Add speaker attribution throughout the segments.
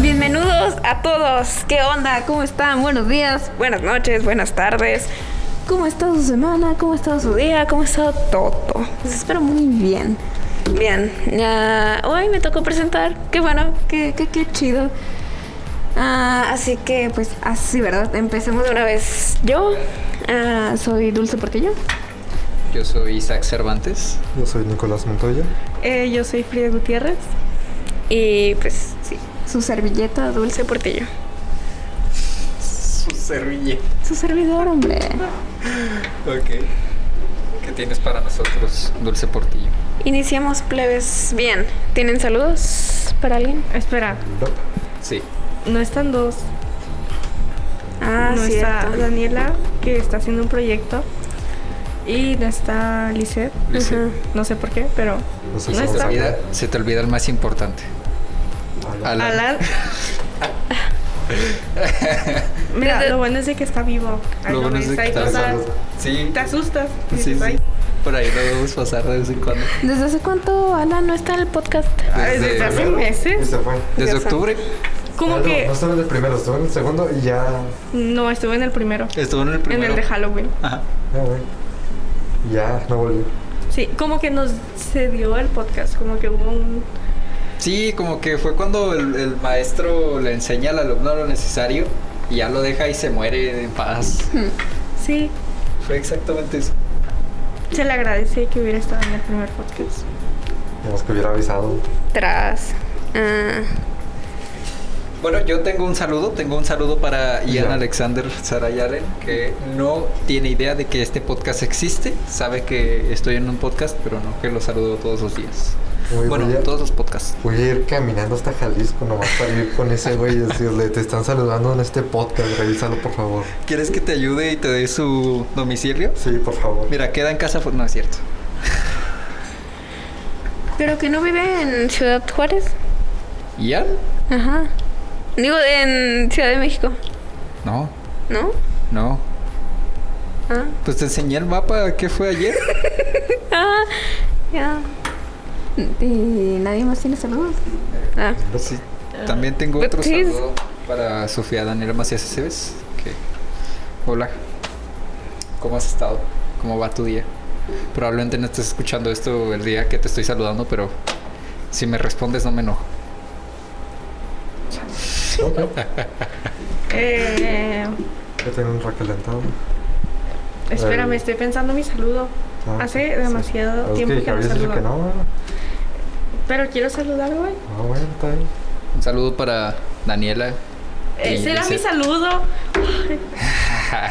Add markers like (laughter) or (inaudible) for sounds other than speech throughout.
Speaker 1: Bienvenidos a todos. ¿Qué onda? ¿Cómo están? Buenos días, buenas noches, buenas tardes. ¿Cómo ha estado su semana? ¿Cómo ha estado su día? ¿Cómo ha estado todo? Pues espero muy bien. Bien, ya hoy me tocó presentar. Qué bueno, qué, qué, qué chido. Ah, así que, pues así, ¿verdad? Empecemos de una vez. Yo ah, soy Dulce Portillo.
Speaker 2: Yo soy Isaac Cervantes.
Speaker 3: Yo soy Nicolás Montoya.
Speaker 4: Eh, yo soy Frida Gutiérrez.
Speaker 1: Y pues sí, su servilleta Dulce Portillo.
Speaker 2: Su servilleta.
Speaker 1: Su servidor, hombre.
Speaker 2: Ok. ¿Qué tienes para nosotros, Dulce Portillo?
Speaker 1: Iniciamos plebes bien. ¿Tienen saludos para alguien?
Speaker 4: Espera,
Speaker 3: No.
Speaker 2: Sí.
Speaker 4: no están dos.
Speaker 1: Ah,
Speaker 4: no
Speaker 1: sí.
Speaker 4: está Daniela, que está haciendo un proyecto. Y no está Lisette.
Speaker 2: Lisette.
Speaker 1: Ajá.
Speaker 4: No sé por qué, pero.
Speaker 3: No sé
Speaker 4: No
Speaker 2: Se,
Speaker 3: si
Speaker 2: te
Speaker 4: está.
Speaker 3: vamos a-
Speaker 2: olvida, se te olvida el más importante.
Speaker 3: Alan.
Speaker 2: Alan. (laughs)
Speaker 4: Alan. Mira, lo bueno es de que está vivo. Ay,
Speaker 2: Lo
Speaker 4: no
Speaker 2: bueno es de
Speaker 4: ves,
Speaker 2: que
Speaker 4: hay
Speaker 2: está
Speaker 4: cosas-
Speaker 3: vivo.
Speaker 2: Sí.
Speaker 4: Te asustas.
Speaker 2: Sí,
Speaker 4: dices,
Speaker 2: sí.
Speaker 4: "Ay".
Speaker 2: Por ahí lo vemos pasar de vez en cuando.
Speaker 1: ¿Desde hace cuánto Alan no está en el podcast?
Speaker 4: Ay,
Speaker 2: Desde-
Speaker 4: desde hace
Speaker 3: Y
Speaker 4: meses.
Speaker 3: se fue.
Speaker 2: Desde
Speaker 1: Ya
Speaker 2: octubre
Speaker 4: Como
Speaker 3: Ah, no,
Speaker 4: que.
Speaker 3: No estaba en el primero, estaba en el segundo y ya.
Speaker 4: No, estuve en el primero.
Speaker 2: estuvo en el
Speaker 4: En
Speaker 2: primero.
Speaker 4: el de Halloween.
Speaker 2: Ajá.
Speaker 3: Ya, güey. Ya, no volvió.
Speaker 4: Sí, como que nos cedió el podcast. Como que hubo un.
Speaker 2: Sí, como que fue cuando el, el maestro le enseña al alumno lo necesario y ya lo deja y se muere en paz.
Speaker 4: Hmm. Sí,
Speaker 2: Fue exactamente eso.
Speaker 4: se le agradece que hubiera estado en el primer podcast.
Speaker 3: Digamos que hubiera avisado.
Speaker 1: Tras. Ah,
Speaker 2: Bueno, yo tengo un saludo, tengo un saludo para Ian
Speaker 3: Ya.
Speaker 2: Alexander Sarayaren, que no tiene idea de que este podcast existe, sabe que estoy en un podcast, pero no que lo saludo todos los días.
Speaker 3: Muy
Speaker 2: bueno,
Speaker 3: bien.
Speaker 2: todos los podcasts.
Speaker 3: Voy a ir caminando hasta Jalisco nomás para ir con ese güey y decirle: Te están saludando en este podcast, revísalo por favor.
Speaker 2: ¿Quieres que te ayude y te dé su domicilio?
Speaker 3: Sí, por favor.
Speaker 2: Mira, queda en casa, pues, no es cierto.
Speaker 1: Pero que no vive en Ciudad Juárez.
Speaker 2: ¿Ian?
Speaker 1: Ajá. Digo, en Ciudad de México,
Speaker 2: No,
Speaker 1: ¿no?
Speaker 2: no.
Speaker 1: Ah,
Speaker 2: Pues te enseñé el mapa, ¿qué fue ayer?
Speaker 1: ah, ya. ¿Y nadie más tiene saludos? Ah,
Speaker 3: Pues
Speaker 2: Pues Sí, también tengo
Speaker 1: But
Speaker 2: otro
Speaker 1: please.
Speaker 2: saludo para Sofía Daniela Macías Aceves. que- Hola, ¿cómo has estado? ¿Cómo va tu día? Probablemente no estés escuchando esto el día que te estoy saludando, pero si me respondes no me enojo.
Speaker 3: Ok,
Speaker 4: Eh,
Speaker 3: Ya tengo un recalentado.
Speaker 4: espérame,
Speaker 3: Ay.
Speaker 4: estoy pensando mi saludo.
Speaker 3: Ah,
Speaker 4: Hace
Speaker 3: sí.
Speaker 4: demasiado
Speaker 3: Es
Speaker 4: tiempo que no
Speaker 3: habías dicho
Speaker 4: saludo.
Speaker 3: que no, bueno.
Speaker 4: Pero quiero saludar, güey.
Speaker 3: Ah, bueno, está bien.
Speaker 2: Un saludo para Daniela. y
Speaker 4: Ese era Eh, mi
Speaker 2: Lisette.
Speaker 4: saludo. Ay.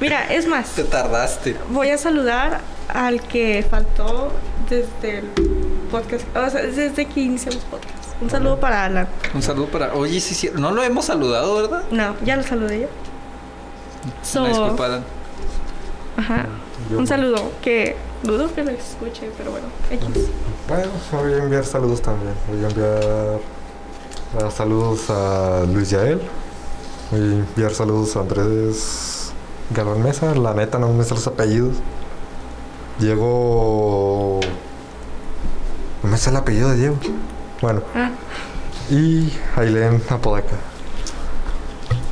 Speaker 4: Mira, es más,
Speaker 2: (laughs) Te tardaste.
Speaker 4: voy a saludar al que faltó desde el podcast. O sea, desde que iniciamos podcast. Un saludo para Alan.
Speaker 2: Un saludo para... Oye, sí, sí, no lo hemos saludado, ¿verdad?
Speaker 4: No, ya lo saludé yo. So-
Speaker 2: Una disculpa, Alan.
Speaker 4: Ajá.
Speaker 3: Yo-
Speaker 4: Un saludo que dudo que lo escuche, pero bueno, X.
Speaker 3: Bueno, voy a enviar saludos también. Voy a enviar ah, saludos a Luis Yael. Voy a enviar saludos a Andrés Galván Mesa. La neta, no me sé los apellidos. Diego. No me sé el apellido de Diego. Bueno.
Speaker 4: Ah.
Speaker 3: Y Ailén Apodaca.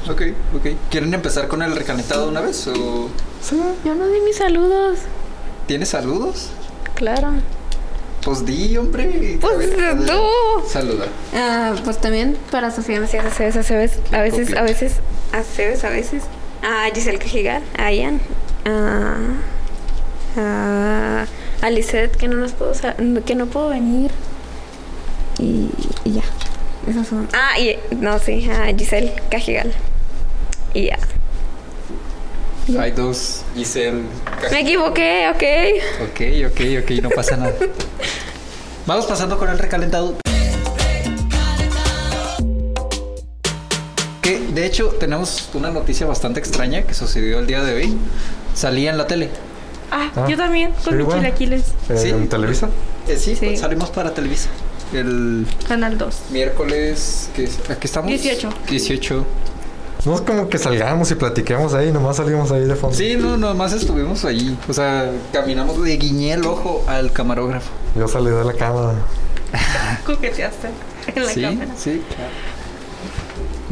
Speaker 2: Ok, ok. ¿Quieren empezar con el recalentado de una vez o...?
Speaker 1: yo no di mis saludos.
Speaker 2: ¿Tienes saludos?
Speaker 1: Claro.
Speaker 2: Pues di, hombre.
Speaker 1: Pues,
Speaker 2: A ver,
Speaker 1: tú.
Speaker 2: Adela, Saluda.
Speaker 1: Ah, pues también para Sofía Macías Aceves, Aceves, a veces,
Speaker 2: copia.
Speaker 1: a veces, Aceves, a veces. A Giselle Cajigal, a Ian, a, a, ah, a Lisette, que no nos puedo, sa- que no puedo venir. Y, y ya. Esas son. Ah, y no, sí, a Giselle Cajigal. Y ya. Ya.
Speaker 2: Hay dos. Giselle.
Speaker 1: Me equivoqué, ok.
Speaker 2: Ok, ok, ok, no pasa (laughs) nada. Vamos pasando con el recalentado. Que de hecho tenemos una noticia bastante extraña que sucedió el día de hoy. Salía en la tele.
Speaker 4: Ah,
Speaker 3: Ah,
Speaker 4: yo también, con
Speaker 3: sí,
Speaker 4: mis
Speaker 3: bueno.
Speaker 4: chilaquiles.
Speaker 3: Eh,
Speaker 2: Sí.
Speaker 3: ¿En Televisa?
Speaker 2: Eh, sí,
Speaker 4: Sí.
Speaker 2: salimos para Televisa. El
Speaker 4: Canal 2.
Speaker 2: miércoles, que aquí estamos.
Speaker 4: 18.
Speaker 2: 18.
Speaker 3: No es como que salgamos y platiquemos ahí, nomás salimos ahí de fondo.
Speaker 2: Sí, no, nomás estuvimos ahí. O sea, caminamos, le guiñé el ojo al camarógrafo.
Speaker 3: Yo salí de la cámara.
Speaker 4: Coqueteaste en la
Speaker 2: sí,
Speaker 4: cámara.
Speaker 2: sí, claro.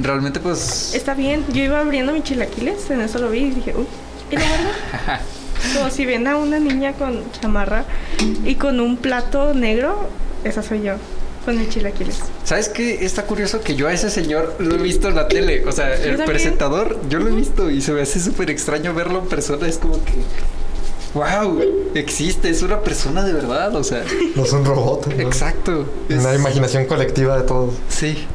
Speaker 2: Realmente, pues.
Speaker 4: Está bien, yo iba abriendo mis chilaquiles, en eso lo vi y dije, uy, ¿y la verdad? Como si ven a una niña con chamarra y con un plato negro, esa soy yo, con mis chilaquiles.
Speaker 2: ¿Sabes qué? Está curioso que yo a ese señor lo he visto en la tele. O sea,
Speaker 4: Yo
Speaker 2: el
Speaker 4: también.
Speaker 2: presentador, yo lo he visto y se me hace súper extraño verlo en persona. Es como que. ¡Wow! Existe, es una persona de verdad. O sea,
Speaker 3: No es un robot. ¿no?
Speaker 2: exacto. Es-
Speaker 3: Una imaginación colectiva de todos.
Speaker 2: Sí.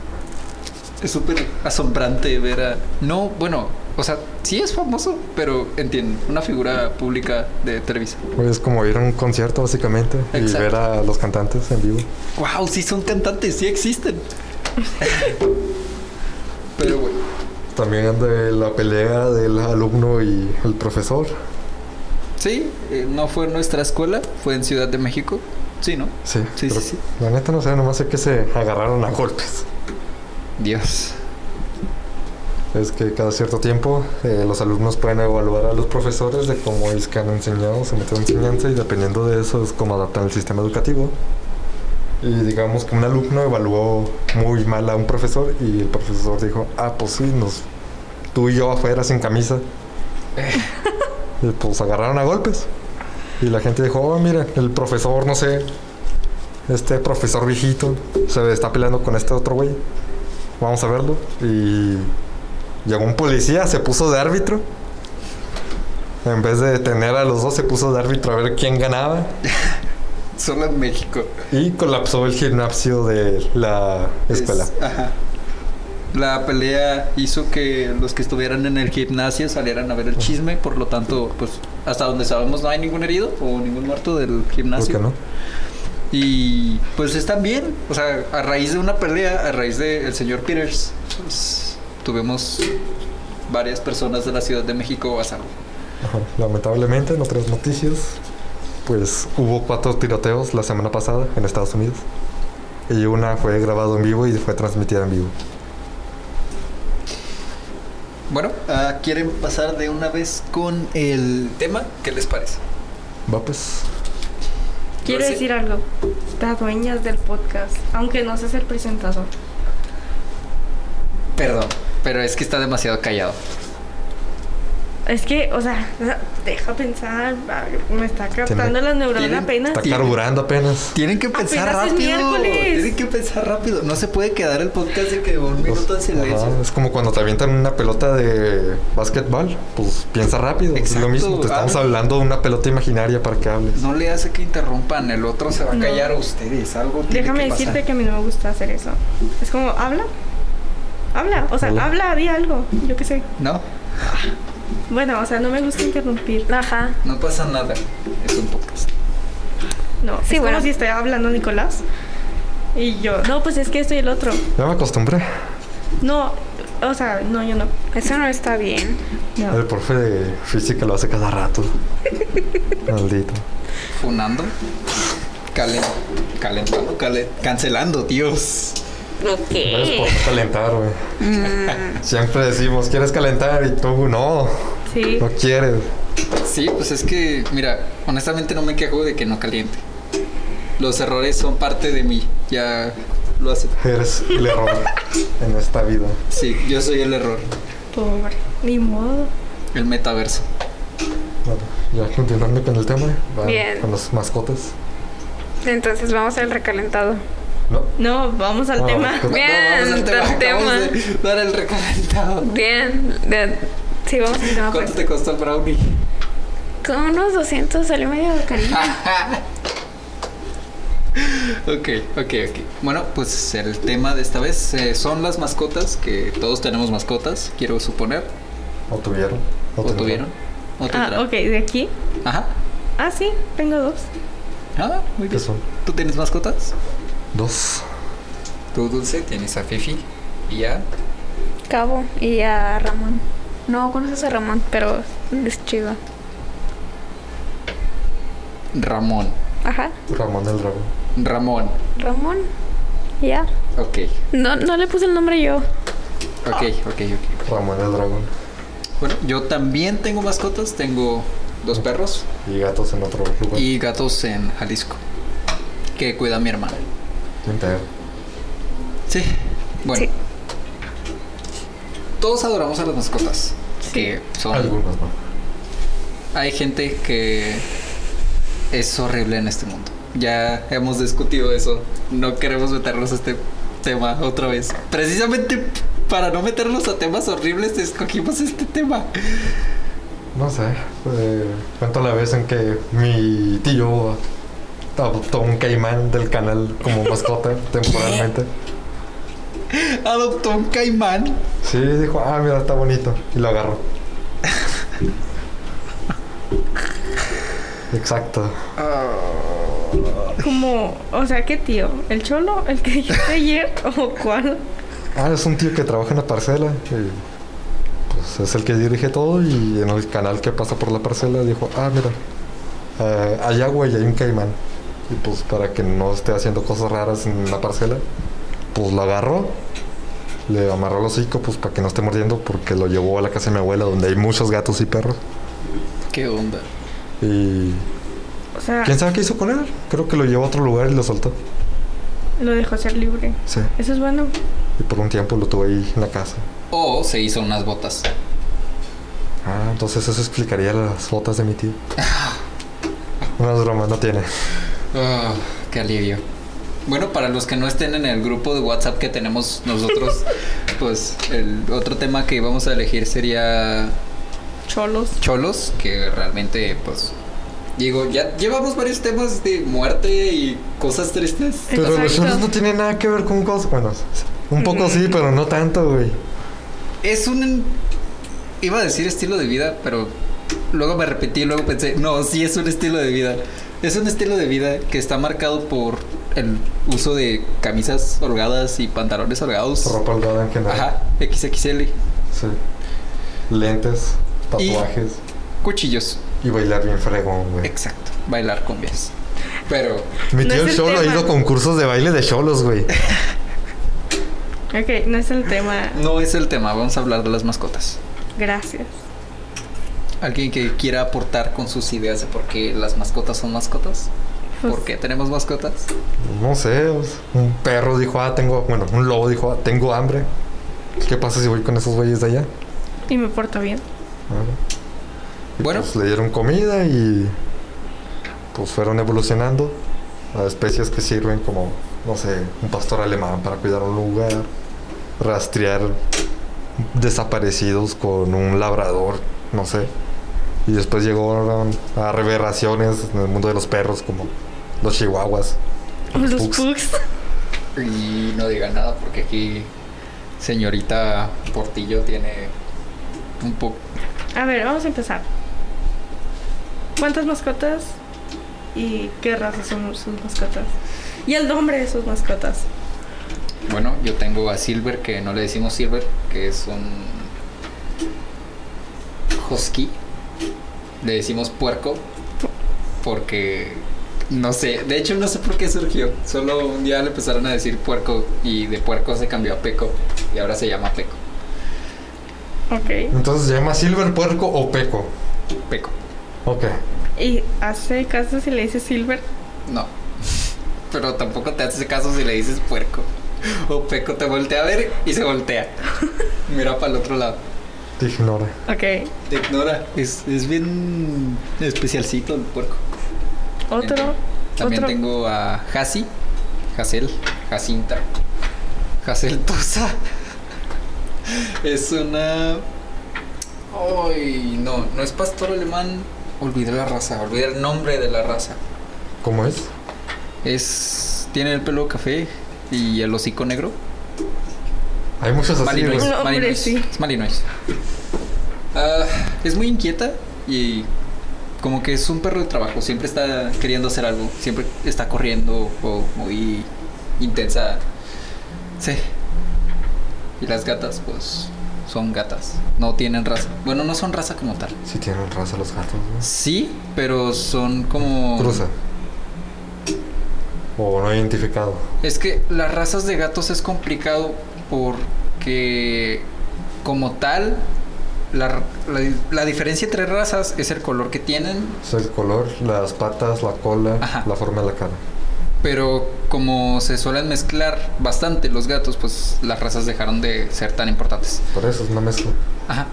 Speaker 2: Es súper asombrante ver a. No, bueno, o sea, sí es famoso, pero entiendo, una figura pública de Televisa.
Speaker 3: Güey, es como ir a un concierto, básicamente,
Speaker 2: Exacto.
Speaker 3: y ver a los cantantes en vivo.
Speaker 2: ¡Wow! Sí son cantantes, sí existen. pero bueno.
Speaker 3: También de la pelea del alumno y el profesor.
Speaker 2: Sí, eh, no fue en nuestra escuela, fue en Ciudad de México. Sí, ¿no?
Speaker 3: Sí,
Speaker 2: Sí,
Speaker 3: pero
Speaker 2: sí, sí.
Speaker 3: La neta no sé, nomás sé que se agarraron a golpes.
Speaker 2: Dios.
Speaker 3: Es que cada cierto tiempo eh, los alumnos pueden evaluar a los profesores de cómo es que han enseñado, su método de enseñanza y dependiendo de eso es cómo adaptan el sistema educativo. Y digamos que un alumno evaluó muy mal a un profesor y el profesor dijo, ah, pues sí, nos, tú y yo afuera sin camisa. y pues agarraron a golpes. Y la gente dijo, oh, mira, el profesor, no sé, este profesor viejito se está peleando con este otro güey. Vamos a verlo. Y Llegó un policía, se puso de árbitro. En vez de detener a los dos, se puso de árbitro a ver quién ganaba.
Speaker 2: Solo en México.
Speaker 3: Y colapsó el gimnasio de la
Speaker 2: Es-
Speaker 3: escuela.
Speaker 2: ajá. La pelea hizo que los que estuvieran en el gimnasio salieran a ver el chisme, por lo tanto, pues hasta donde sabemos no hay ningún herido o ningún muerto del
Speaker 3: ¿Por
Speaker 2: gimnasio.
Speaker 3: qué no?
Speaker 2: Y pues están bien, o sea, a raíz de una pelea, a raíz del señor Peters, pues, tuvimos varias personas de la Ciudad de México a salvo.
Speaker 3: Ajá. Lamentablemente, en otras noticias, pues hubo cuatro tiroteos la semana pasada en Estados Unidos. Y una fue grabado en vivo y fue transmitida en vivo.
Speaker 2: Bueno, ah, ¿quieren pasar de una vez con el tema? ¿Qué les parece?
Speaker 3: Va pues.
Speaker 4: Quiero
Speaker 2: Sí.
Speaker 4: decir algo, las dueñas del podcast, aunque no seas el presentador.
Speaker 2: Perdón, pero es que está demasiado callado.
Speaker 4: Es que, o sea, deja pensar, ah, me está captando
Speaker 3: Tiene-
Speaker 4: la neurona
Speaker 2: tiene-
Speaker 4: apenas.
Speaker 3: Está
Speaker 2: Tiene-
Speaker 3: carburando apenas.
Speaker 2: Tienen que pensar
Speaker 4: Apenas es
Speaker 2: rápido.
Speaker 4: miércoles.
Speaker 2: Tienen que pensar rápido. No se puede quedar el podcast de que un minuto en silencio.
Speaker 3: Ajá, es como cuando te avientan una pelota de básquetbol, pues piensa rápido, es
Speaker 2: Exacto,
Speaker 3: lo mismo, te estamos
Speaker 2: habla.
Speaker 3: hablando de una pelota imaginaria para que hables.
Speaker 2: No le hace que interrumpan, el otro se va a
Speaker 4: No.
Speaker 2: callar a ustedes. Algo tiene
Speaker 4: Déjame
Speaker 2: que
Speaker 4: decirte
Speaker 2: pasar.
Speaker 4: que a mí no me gusta hacer eso. Es como, habla, habla, o sea,
Speaker 3: Habla.
Speaker 4: habla, di algo, yo qué sé.
Speaker 2: No,
Speaker 4: Bueno, o sea, no me gusta interrumpir.
Speaker 1: Ajá.
Speaker 2: no pasa nada. Es un podcast.
Speaker 4: No,
Speaker 1: Sí,
Speaker 4: es
Speaker 1: bueno.
Speaker 4: como si estoy hablando Nicolás. Y yo, no, pues es que esto y el otro.
Speaker 3: Ya me acostumbré.
Speaker 4: No, o sea, no, yo no.
Speaker 1: Eso no está bien.
Speaker 4: No.
Speaker 3: El profe de física lo hace cada
Speaker 2: (laughs)
Speaker 3: rato. Maldito.
Speaker 2: Funando. Calen, calentando, calen- cancelando, Dios.
Speaker 1: Ok.
Speaker 3: Gracias por no calentar, güey.
Speaker 2: Mm.
Speaker 3: Siempre decimos, ¿quieres calentar? Y tú, no,
Speaker 4: Sí,
Speaker 3: no quieres.
Speaker 2: Sí, pues es que, mira, honestamente no me quejo de que no caliente. Los errores son parte de mí. Ya lo hace.
Speaker 3: Eres el error en esta vida.
Speaker 2: Sí, yo soy el error.
Speaker 4: pobre, ni modo.
Speaker 2: El metaverso.
Speaker 3: Bueno, ya continuando con el tema, va
Speaker 1: Bien.
Speaker 3: con los mascotas.
Speaker 1: Entonces vamos al recalentado.
Speaker 3: No,
Speaker 4: No, vamos al
Speaker 3: Ah,
Speaker 4: tema.
Speaker 3: pues-
Speaker 1: Bien,
Speaker 2: al
Speaker 1: del
Speaker 2: tema. Acabamos
Speaker 1: tema. (laughs)
Speaker 2: de dar el recalentado.
Speaker 1: Bien. de- Sí, vamos al tema.
Speaker 2: ¿Cuánto
Speaker 1: Pues.
Speaker 2: te costó el brownie? (laughs)
Speaker 1: Con unos 200 salió medio de cariño.
Speaker 2: Ah. Ok, ok, ok. Bueno, pues el tema de esta vez eh, son las mascotas, que todos tenemos mascotas, quiero suponer.
Speaker 3: o tuvieron.
Speaker 2: ¿O tuvieron? ¿O
Speaker 4: (laughs) Ah,
Speaker 2: tendrán?
Speaker 4: ok, de aquí.
Speaker 2: Ajá.
Speaker 4: Ah, sí, tengo dos.
Speaker 2: Ah, muy
Speaker 3: ¿Qué
Speaker 2: bien.
Speaker 3: son?
Speaker 2: ¿Tú tienes mascotas?
Speaker 3: Dos.
Speaker 2: Tú, Dulce, tienes a Fifi y ya.
Speaker 1: Cabo y a Ramón. No conoces a Ramón, pero es chido.
Speaker 2: Ramón.
Speaker 1: Ajá.
Speaker 3: Ramón del Dragón.
Speaker 2: Ramón.
Speaker 1: Ramón. Ya.
Speaker 2: Ok,
Speaker 1: No, no le puse el nombre yo.
Speaker 2: ok, ok, ok.
Speaker 3: Ramón del Dragón.
Speaker 2: Ah. Bueno, yo también tengo mascotas, tengo dos perros
Speaker 3: Y gatos en otro lugar.
Speaker 2: y gatos en Jalisco, que cuida mi hermana.
Speaker 3: Entero.
Speaker 2: Sí, bueno.
Speaker 1: Sí.
Speaker 2: todos adoramos a las mascotas.
Speaker 4: Sí.
Speaker 2: Que son.
Speaker 3: Algunos no.
Speaker 2: Hay gente que es horrible en este mundo. Ya hemos discutido eso. No queremos meternos a este tema otra vez. Precisamente para no meternos a temas horribles, escogimos este tema.
Speaker 3: No sé. eh, cuento la vez en que mi tío adoptó un caimán del canal como mascota temporalmente.
Speaker 2: Adoptó un caimán.
Speaker 3: Sí, dijo, ah, mira, está bonito. Y lo agarró. Exacto.
Speaker 4: Como, o sea, ¿qué tío? ¿El cholo? ¿El que dijiste ayer? (laughs) ¿O cuál?
Speaker 3: Ah, es un tío que trabaja en la parcela. y, pues es el que dirige todo y en el canal que pasa por la parcela dijo, ah, mira, eh, hay agua y hay un caimán. Y pues para que no esté haciendo cosas raras en la parcela, pues lo agarró, le amarró el hocico pues para que no esté mordiendo porque lo llevó a la casa de mi abuela donde hay muchos gatos y perros.
Speaker 2: ¿Qué onda?
Speaker 3: Y
Speaker 4: O sea,
Speaker 3: quién sabe qué hizo con él. Creo que lo llevó a otro lugar y lo soltó.
Speaker 4: lo dejó ser libre.
Speaker 3: Sí.
Speaker 4: Eso es bueno.
Speaker 3: Y por un tiempo lo tuvo ahí en la casa.
Speaker 2: O se hizo unas botas.
Speaker 3: Ah, entonces eso explicaría las botas de mi tío. No es broma, no tiene.
Speaker 2: Ah, qué alivio. Bueno, para los que no estén en el grupo de WhatsApp que tenemos (laughs) nosotros, pues el otro tema que íbamos a elegir sería
Speaker 4: Cholos.
Speaker 2: cholos, que realmente, pues, digo, ya llevamos varios temas de muerte y cosas tristes.
Speaker 3: Pero los
Speaker 4: Exacto.
Speaker 3: cholos no tienen nada que ver con cosas. Bueno, un poco
Speaker 4: Mm.
Speaker 3: sí, pero no tanto, güey.
Speaker 2: Es un, iba a decir estilo de vida, pero luego me repetí y luego pensé, no, sí es un estilo de vida. Es un estilo de vida que está marcado por el uso de camisas holgadas y pantalones holgados.
Speaker 3: Ropa holgada en general.
Speaker 2: Ajá, XXL.
Speaker 3: Sí. Lentes,
Speaker 2: Y-
Speaker 3: tatuajes
Speaker 2: Cuchillos.
Speaker 3: y, bailar bien fregón, güey.
Speaker 2: Exacto. Bailar cumbias. Pero
Speaker 3: Mi
Speaker 4: No
Speaker 3: tío
Speaker 4: es
Speaker 3: el
Speaker 4: el
Speaker 3: cholo ha
Speaker 4: tema.
Speaker 3: ido a concursos de baile de cholos, güey.
Speaker 4: Ok, no es el tema.
Speaker 2: no es el tema. Vamos a hablar de las mascotas.
Speaker 4: Gracias.
Speaker 2: ¿Alguien que quiera aportar con sus ideas de por qué las mascotas son mascotas?
Speaker 4: Pues-
Speaker 2: ¿Por qué tenemos mascotas?
Speaker 3: No sé, pues, un perro dijo, ah, tengo. Bueno, un lobo dijo, ah, tengo hambre. ¿Qué pasa si voy con esos güeyes de allá?
Speaker 4: Y me porto bien.
Speaker 3: Ajá. Y,
Speaker 2: Bueno.
Speaker 3: Pues le dieron comida y pues fueron evolucionando a especies que sirven como, no sé, un pastor alemán para cuidar un lugar, rastrear desaparecidos con un labrador, no sé. Y después llegaron a revelaciones en el mundo de los perros como los chihuahuas.
Speaker 4: O
Speaker 3: Los
Speaker 4: los
Speaker 3: pugs.
Speaker 4: pugs.
Speaker 2: Y no diga nada porque aquí señorita Portillo tiene un poco...
Speaker 4: A ver, vamos a empezar. ¿Cuántas mascotas y qué razas son sus mascotas? Y el nombre de sus mascotas.
Speaker 2: Bueno, yo tengo a Silver, que no le decimos Silver, que es un husky. Le decimos puerco porque no sé, de hecho no sé por qué surgió. Solo un día le empezaron a decir puerco y de puerco se cambió a peco y ahora se llama peco.
Speaker 4: Ok.
Speaker 3: Entonces se llama silver puerco o peco.
Speaker 2: Peco.
Speaker 3: Ok.
Speaker 4: ¿Y hace caso si le dice Silver?
Speaker 2: No. (laughs) Pero tampoco te hace caso si le dices puerco. (laughs) O peco te voltea a ver y se voltea. Mira para el otro lado.
Speaker 3: Te ignora.
Speaker 4: Ok.
Speaker 2: Te ignora. Es, es bien especialcito el puerco.
Speaker 4: Otro.
Speaker 2: También
Speaker 4: otro.
Speaker 2: tengo a Hasi, Hasel, Jacinta, Hasel Tusa. Es una. Ay, no, no es pastor alemán. Olvidé la raza, olvidé el nombre de la raza.
Speaker 3: ¿Cómo es?
Speaker 2: Es. Tiene el pelo café y el hocico negro.
Speaker 3: Hay muchos así.
Speaker 2: Malinois.
Speaker 3: güey.
Speaker 4: No, hombre,
Speaker 2: Malinois,
Speaker 4: sí.
Speaker 2: Es Malinois. Ah, es muy inquieta y como que es un perro de trabajo. Siempre está queriendo hacer algo. Siempre está corriendo o muy intensa. Sí. Y las gatas, pues, son gatas. No tienen raza. Bueno, no son raza como tal.
Speaker 3: Sí tienen raza los gatos, güey.
Speaker 2: Sí, pero son como...
Speaker 3: Cruza. O no identificado.
Speaker 2: Es que las razas de gatos es complicado porque como tal la, la- la diferencia entre razas es el color que tienen.
Speaker 3: Es el color, las patas, la cola,
Speaker 2: Ajá.
Speaker 3: la forma de la cara.
Speaker 2: Pero como se suelen mezclar bastante los gatos, pues las razas dejaron de ser tan importantes.
Speaker 3: Por eso es una mezcla.
Speaker 2: Ajá.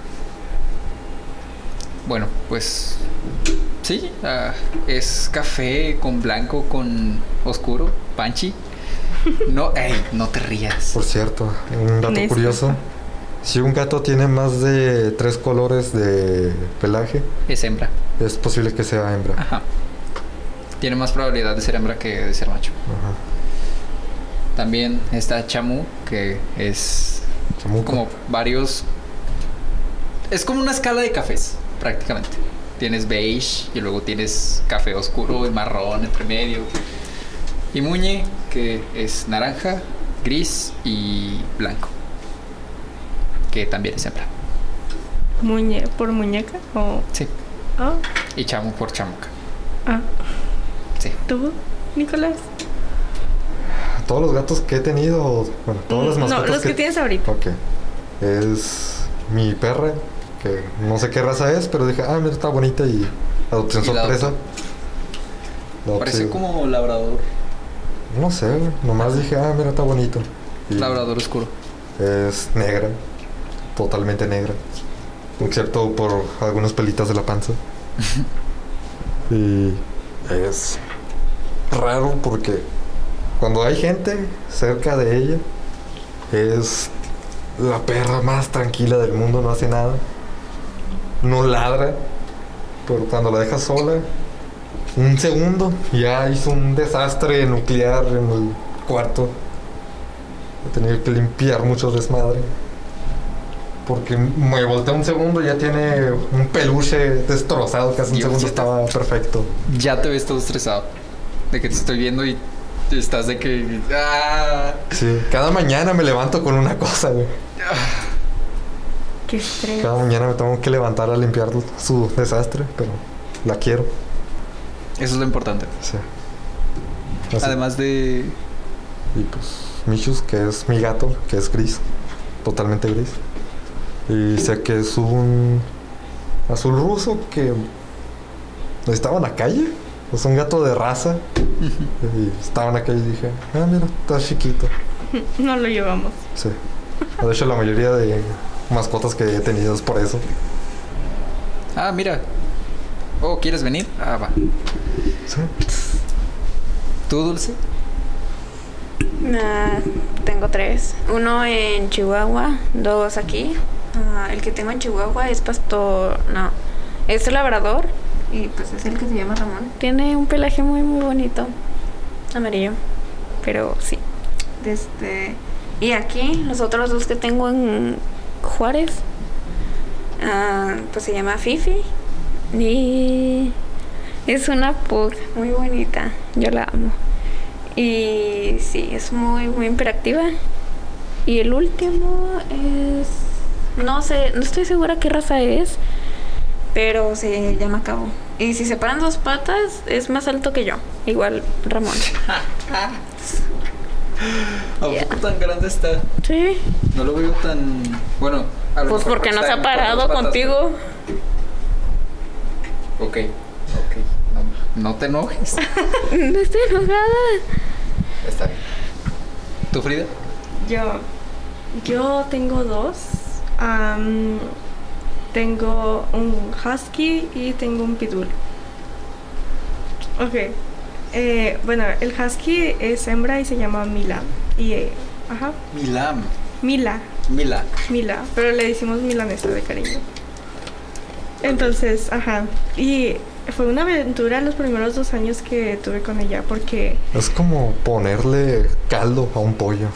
Speaker 2: Bueno, pues sí, ah, es café con blanco, con oscuro, panchi. No, ey, no te rías.
Speaker 3: Por cierto, un dato
Speaker 4: Necio.
Speaker 3: curioso. Si un gato tiene más de tres colores de pelaje,
Speaker 2: Es hembra.
Speaker 3: es posible que sea hembra.
Speaker 4: Ah.
Speaker 2: Ajá. Tiene más probabilidad de ser hembra que de ser macho.
Speaker 3: Ajá.
Speaker 2: También está chamu, que es
Speaker 3: Chamuco.
Speaker 2: como varios. Es como una escala de cafés, prácticamente. Tienes beige y luego tienes café oscuro y marrón entre medio. Y muñe, que es naranja, gris y blanco. Que también es hembra.
Speaker 4: Muñe por muñeca o
Speaker 2: Sí.
Speaker 4: ah,
Speaker 2: Y chamu por chamuca.
Speaker 4: ah.
Speaker 2: Sí.
Speaker 4: tú, Nicolás.
Speaker 3: Todos los gatos que he tenido, bueno, todas las
Speaker 4: Mm, no,
Speaker 3: mascotas
Speaker 4: los que... tienes ahorita.
Speaker 3: Ok. Es mi perra, que no sé qué raza es, pero dije, ah, mira, está bonita y adopté en
Speaker 2: Y la
Speaker 3: sorpresa. La
Speaker 2: Parece
Speaker 3: adopté-
Speaker 2: como labrador.
Speaker 3: No sé, güey, nomás dije, ah, mira, está bonito. Y
Speaker 2: Labrador oscuro.
Speaker 3: Es negra, totalmente negra, excepto por algunas pelitas de la
Speaker 2: (laughs)
Speaker 3: panza. y es raro porque cuando hay gente cerca de ella, es la perra más tranquila del mundo, no hace nada, no ladra, pero cuando la dejas sola, un segundo, ya hizo un desastre nuclear en el cuarto. He tenido que limpiar mucho desmadre. Porque me volteé un segundo y ya tiene un peluche destrozado que hace un
Speaker 2: Dios,
Speaker 3: segundo
Speaker 2: ya te-
Speaker 3: estaba perfecto.
Speaker 2: Ya te ves todo estresado. De que te estoy viendo y estás de que. ¡Ah!
Speaker 3: Sí, cada mañana me levanto con una cosa, güey.
Speaker 4: Qué estrés.
Speaker 3: Cada mañana me tengo que levantar a limpiar su desastre, pero la quiero.
Speaker 2: Eso es lo importante.
Speaker 3: Sí. Así.
Speaker 2: Además de.
Speaker 3: Y pues Michus, que es mi gato, que es gris, totalmente gris. Y sé que es un azul ruso que estaba en la calle. Es un gato de raza. Y estaba en la calle y dije, ah, mira, está chiquito.
Speaker 4: No lo llevamos.
Speaker 3: Sí. De hecho, la mayoría de mascotas que he tenido es por eso.
Speaker 2: Ah, mira. Oh, ¿quieres venir? Ah, va.
Speaker 3: Sí.
Speaker 2: ¿Tú, Dulce?
Speaker 1: Ah, tengo tres. Uno en Chihuahua, dos aquí. Ah, el que tengo en Chihuahua es pastor, no, es labrador y pues es el que se llama Ramón. Tiene un pelaje muy muy bonito, amarillo, pero sí. Este y aquí los otros dos que tengo en Juárez, ah, pues se llama Fifi y es una pug muy bonita. Yo la amo. Y sí, es muy, muy imperactiva. Y el último es. No sé, no estoy segura qué raza es, pero se llama Cabo. Y si se paran dos patas, es más alto que yo. Igual Ramón.
Speaker 2: ¿A
Speaker 1: Ya.
Speaker 2: poco Ah, tan grande está?
Speaker 1: Sí.
Speaker 2: No lo veo tan. Bueno, a lo
Speaker 1: Pues
Speaker 2: mejor
Speaker 1: porque no se
Speaker 2: está
Speaker 1: ha
Speaker 2: en cuatro
Speaker 1: parado
Speaker 2: patas,
Speaker 1: contigo.
Speaker 2: pero- Ok, ok. No, no te enojes.
Speaker 1: No estoy enojada.
Speaker 2: (laughs) está bien. ¿Tú, Frida?
Speaker 4: Yo. Yo tengo dos. Am, tengo un husky y tengo un pitbull. Ok. Eh, bueno, el husky es hembra y se llama Mila. Y, eh, ajá,
Speaker 2: Milam.
Speaker 4: Mila,
Speaker 2: Mila.
Speaker 4: Mila, pero le decimos milanesa de cariño. Entonces, ajá. Y fue una aventura los primeros dos años que tuve con ella porque
Speaker 3: Es como ponerle caldo a un pollo.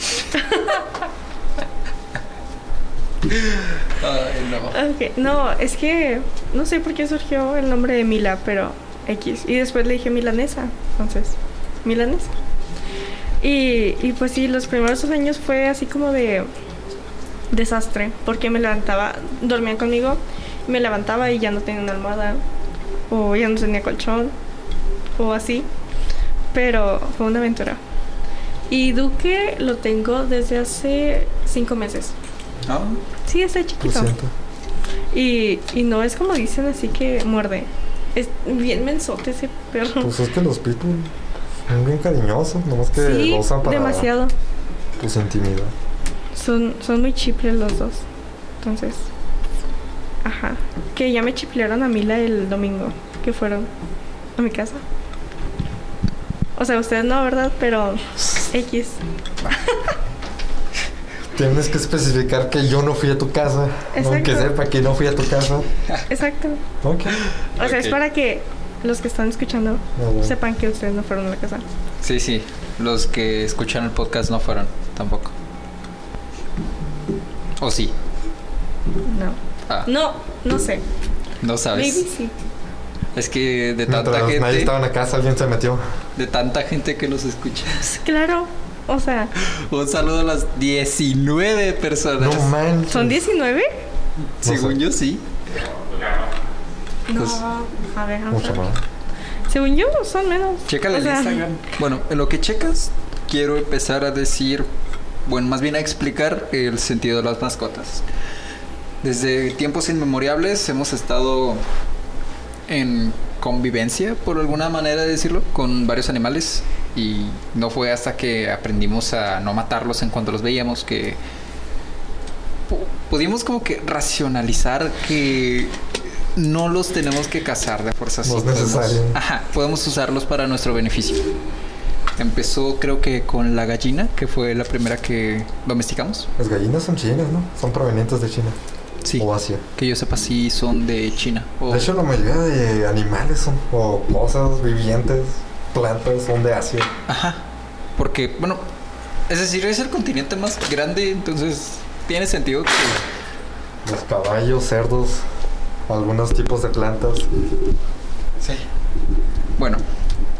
Speaker 2: Ay, no.
Speaker 4: Ok, No, es que no sé por qué surgió el nombre de Mila, pero X. Y después le dije milanesa, entonces, milanesa. Y, y pues sí, los primeros dos años fue así como de desastre, porque me levantaba, dormía conmigo, me levantaba y ya no tenía una almohada, o ya no tenía colchón, o así. Pero fue una aventura. Y Duque lo tengo desde hace cinco meses.
Speaker 2: ¿No?
Speaker 4: Sí, está
Speaker 3: Lo
Speaker 4: chiquito.
Speaker 3: siento.
Speaker 4: Y, y no es como dicen así que muerde. Es bien mensote ese perro.
Speaker 3: Pues es que los pitbull Son bien cariñosos, nomás que
Speaker 4: sí,
Speaker 3: Pues, este, lo usan para
Speaker 4: demasiado.
Speaker 3: pues intimidad.
Speaker 4: Son, son muy chiples los dos. Entonces, ajá. Que ya me chiplearon a Mila el domingo, que fueron a mi casa. O sea, ustedes no, ¿verdad? Pero X.
Speaker 3: Tienes que especificar que yo no fui a tu casa.
Speaker 4: Exacto.
Speaker 3: Aunque sepa que no fui a tu casa.
Speaker 4: Exacto.
Speaker 3: Ok.
Speaker 4: O sea, es
Speaker 2: Ok.
Speaker 4: para que los que están escuchando
Speaker 3: Ah, bueno.
Speaker 4: sepan que ustedes no fueron a la casa.
Speaker 2: Sí, sí. Los que escuchan el podcast no fueron tampoco. O sí.
Speaker 4: No.
Speaker 2: Ah,
Speaker 4: No, no sé.
Speaker 2: no
Speaker 4: Maybe
Speaker 2: sabes.
Speaker 4: sí.
Speaker 2: Es que de tanta
Speaker 3: Mientras nadie
Speaker 2: gente,
Speaker 3: estaba en la casa, alguien se metió.
Speaker 2: de tanta gente que los escucha. (laughs)
Speaker 4: Pues claro. O sea,
Speaker 2: Un saludo a las 19 personas.
Speaker 3: No manches.
Speaker 4: ¿son 19?
Speaker 2: Según yo sí.
Speaker 4: No.
Speaker 2: Pues-
Speaker 4: a ver, vamos a
Speaker 3: Mucho
Speaker 4: ver.
Speaker 3: más.
Speaker 4: Según yo, son menos.
Speaker 2: Chécale
Speaker 4: O
Speaker 2: el
Speaker 4: sea,
Speaker 2: Instagram. Bueno, en lo que checas, quiero empezar a decir, bueno, más bien a explicar el sentido de las mascotas. Desde tiempos inmemorables hemos estado en convivencia, por alguna manera de decirlo, con varios animales y no fue hasta que aprendimos a no matarlos en cuanto los veíamos que pu- pudimos como que racionalizar que no los tenemos que cazar de fuerza.
Speaker 3: No
Speaker 2: sí
Speaker 3: es
Speaker 2: podemos-
Speaker 3: necesario.
Speaker 2: Ajá, podemos usarlos para nuestro beneficio. Empezó creo que con la gallina, que fue la primera que domesticamos.
Speaker 3: Las gallinas son chinas, ¿no? Son provenientes de China
Speaker 2: Sí.
Speaker 3: o Asia.
Speaker 2: Que yo sepa si son de China. O...
Speaker 3: De hecho, la mayoría de animales son, o cosas vivientes, plantas, son de Asia.
Speaker 2: Ajá. Porque, bueno, es decir, es el continente más grande, entonces tiene sentido que...
Speaker 3: Los caballos, cerdos, algunos tipos de plantas.
Speaker 2: Sí. Bueno,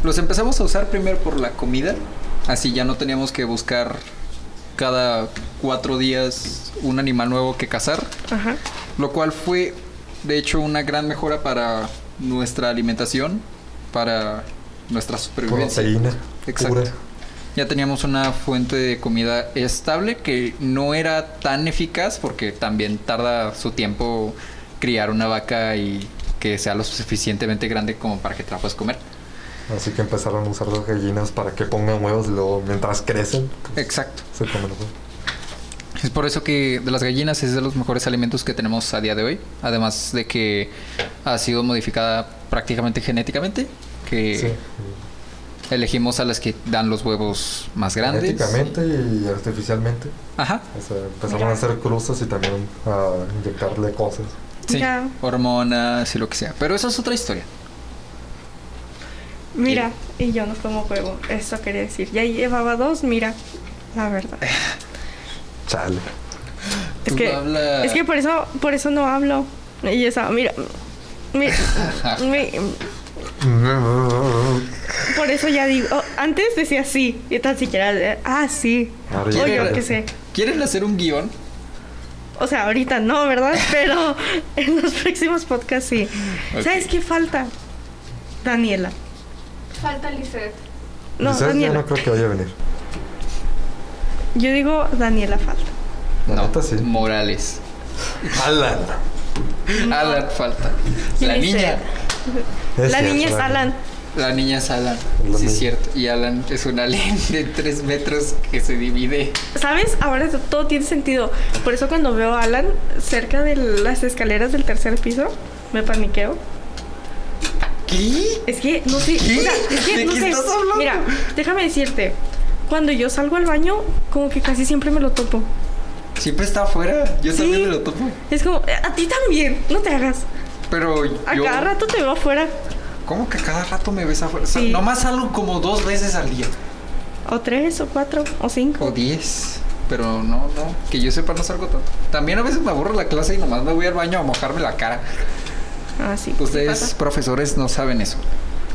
Speaker 2: los empezamos a usar primero por la comida. Así ya no teníamos que buscar cada cuatro días un animal nuevo que cazar.
Speaker 4: Ajá.
Speaker 2: Lo cual fue, de hecho, una gran mejora para nuestra alimentación, para nuestra supervivencia.
Speaker 3: Proteína.
Speaker 2: Exacto.
Speaker 3: Pura.
Speaker 2: Ya teníamos una fuente de comida estable que no era tan eficaz porque también tarda su tiempo criar una vaca y que sea lo suficientemente grande como para que te la puedas comer.
Speaker 3: Así que empezaron a usar las gallinas para que pongan huevos y luego mientras crecen
Speaker 2: Exacto.
Speaker 3: se comen los huevos.
Speaker 2: Es por eso que de las gallinas es de los mejores alimentos que tenemos a día de hoy. Además de que ha sido modificada prácticamente genéticamente, que
Speaker 3: Sí.
Speaker 2: elegimos a las que dan los huevos más grandes.
Speaker 3: Genéticamente y artificialmente.
Speaker 2: Ajá.
Speaker 3: O sea, empezaron a hacer cruces y también a inyectarle cosas.
Speaker 2: Sí.
Speaker 4: Ya.
Speaker 2: Hormonas y lo que sea. Pero esa es otra historia.
Speaker 4: Mira, y yo no como huevo. Eso quería decir. Ya llevaba dos, mira. La verdad.
Speaker 3: (laughs) Chale.
Speaker 4: Es
Speaker 2: Tú
Speaker 4: que,
Speaker 2: habla-
Speaker 4: es que por eso, por eso no hablo. Y yo estaba, mira. mi- mi- por eso ya digo. oh, antes decía sí. Y tan siquiera. eh, Ah, sí.
Speaker 3: Ahora ya
Speaker 4: O yo
Speaker 2: quiero.
Speaker 4: qué sé.
Speaker 2: ¿Quieren hacer un guión?
Speaker 4: O sea, ahorita no, ¿verdad? Pero en los próximos podcasts sí.
Speaker 2: Ok.
Speaker 4: ¿Sabes qué falta? Daniela.
Speaker 1: Falta Lisette.
Speaker 4: No,
Speaker 3: Quizás ya
Speaker 4: Daniela.
Speaker 3: no creo que vaya a venir.
Speaker 4: Yo digo Daniela falta.
Speaker 3: La neta sí.
Speaker 2: Morales.
Speaker 3: Alan.
Speaker 2: Alan falta. La
Speaker 4: Sí,
Speaker 2: niña.
Speaker 3: Es
Speaker 4: la
Speaker 3: cierto,
Speaker 4: niña es Alan.
Speaker 2: La niña es Alan.
Speaker 3: La
Speaker 2: Sí, es
Speaker 3: niña.
Speaker 2: cierto. Y Alan es una (laughs) alien de 3 metros que se divide.
Speaker 4: ¿Sabes? Ahora to- todo tiene sentido. Por eso cuando veo a Alan cerca de las escaleras del tercer piso, me paniqueo.
Speaker 2: ¿Qué?
Speaker 4: Es que no sé.
Speaker 2: ¿Qué?
Speaker 4: o sea, es que
Speaker 2: ¿De
Speaker 4: no
Speaker 2: qué
Speaker 4: sé.
Speaker 2: estás hablando?
Speaker 4: Mira, déjame decirte. Cuando yo salgo al baño, como que casi siempre me lo topo.
Speaker 2: Siempre está afuera. Yo
Speaker 4: Sí.
Speaker 2: también me lo topo.
Speaker 4: Es como, "Eh, a ti también, no te hagas.
Speaker 2: Pero
Speaker 4: A
Speaker 2: yo.
Speaker 4: cada rato te veo afuera.
Speaker 2: ¿Cómo que a cada rato me ves afuera? O sea,
Speaker 4: Sí.
Speaker 2: nomás salgo como dos veces al día.
Speaker 4: O tres, o cuatro, o cinco.
Speaker 2: O 10. Pero no, no. Que yo sepa, no salgo tanto. También a veces me aburro la clase y nomás me voy al baño a mojarme la cara.
Speaker 4: Ah, sí. sí
Speaker 2: Ustedes,
Speaker 4: pasa.
Speaker 2: profesores, no saben eso.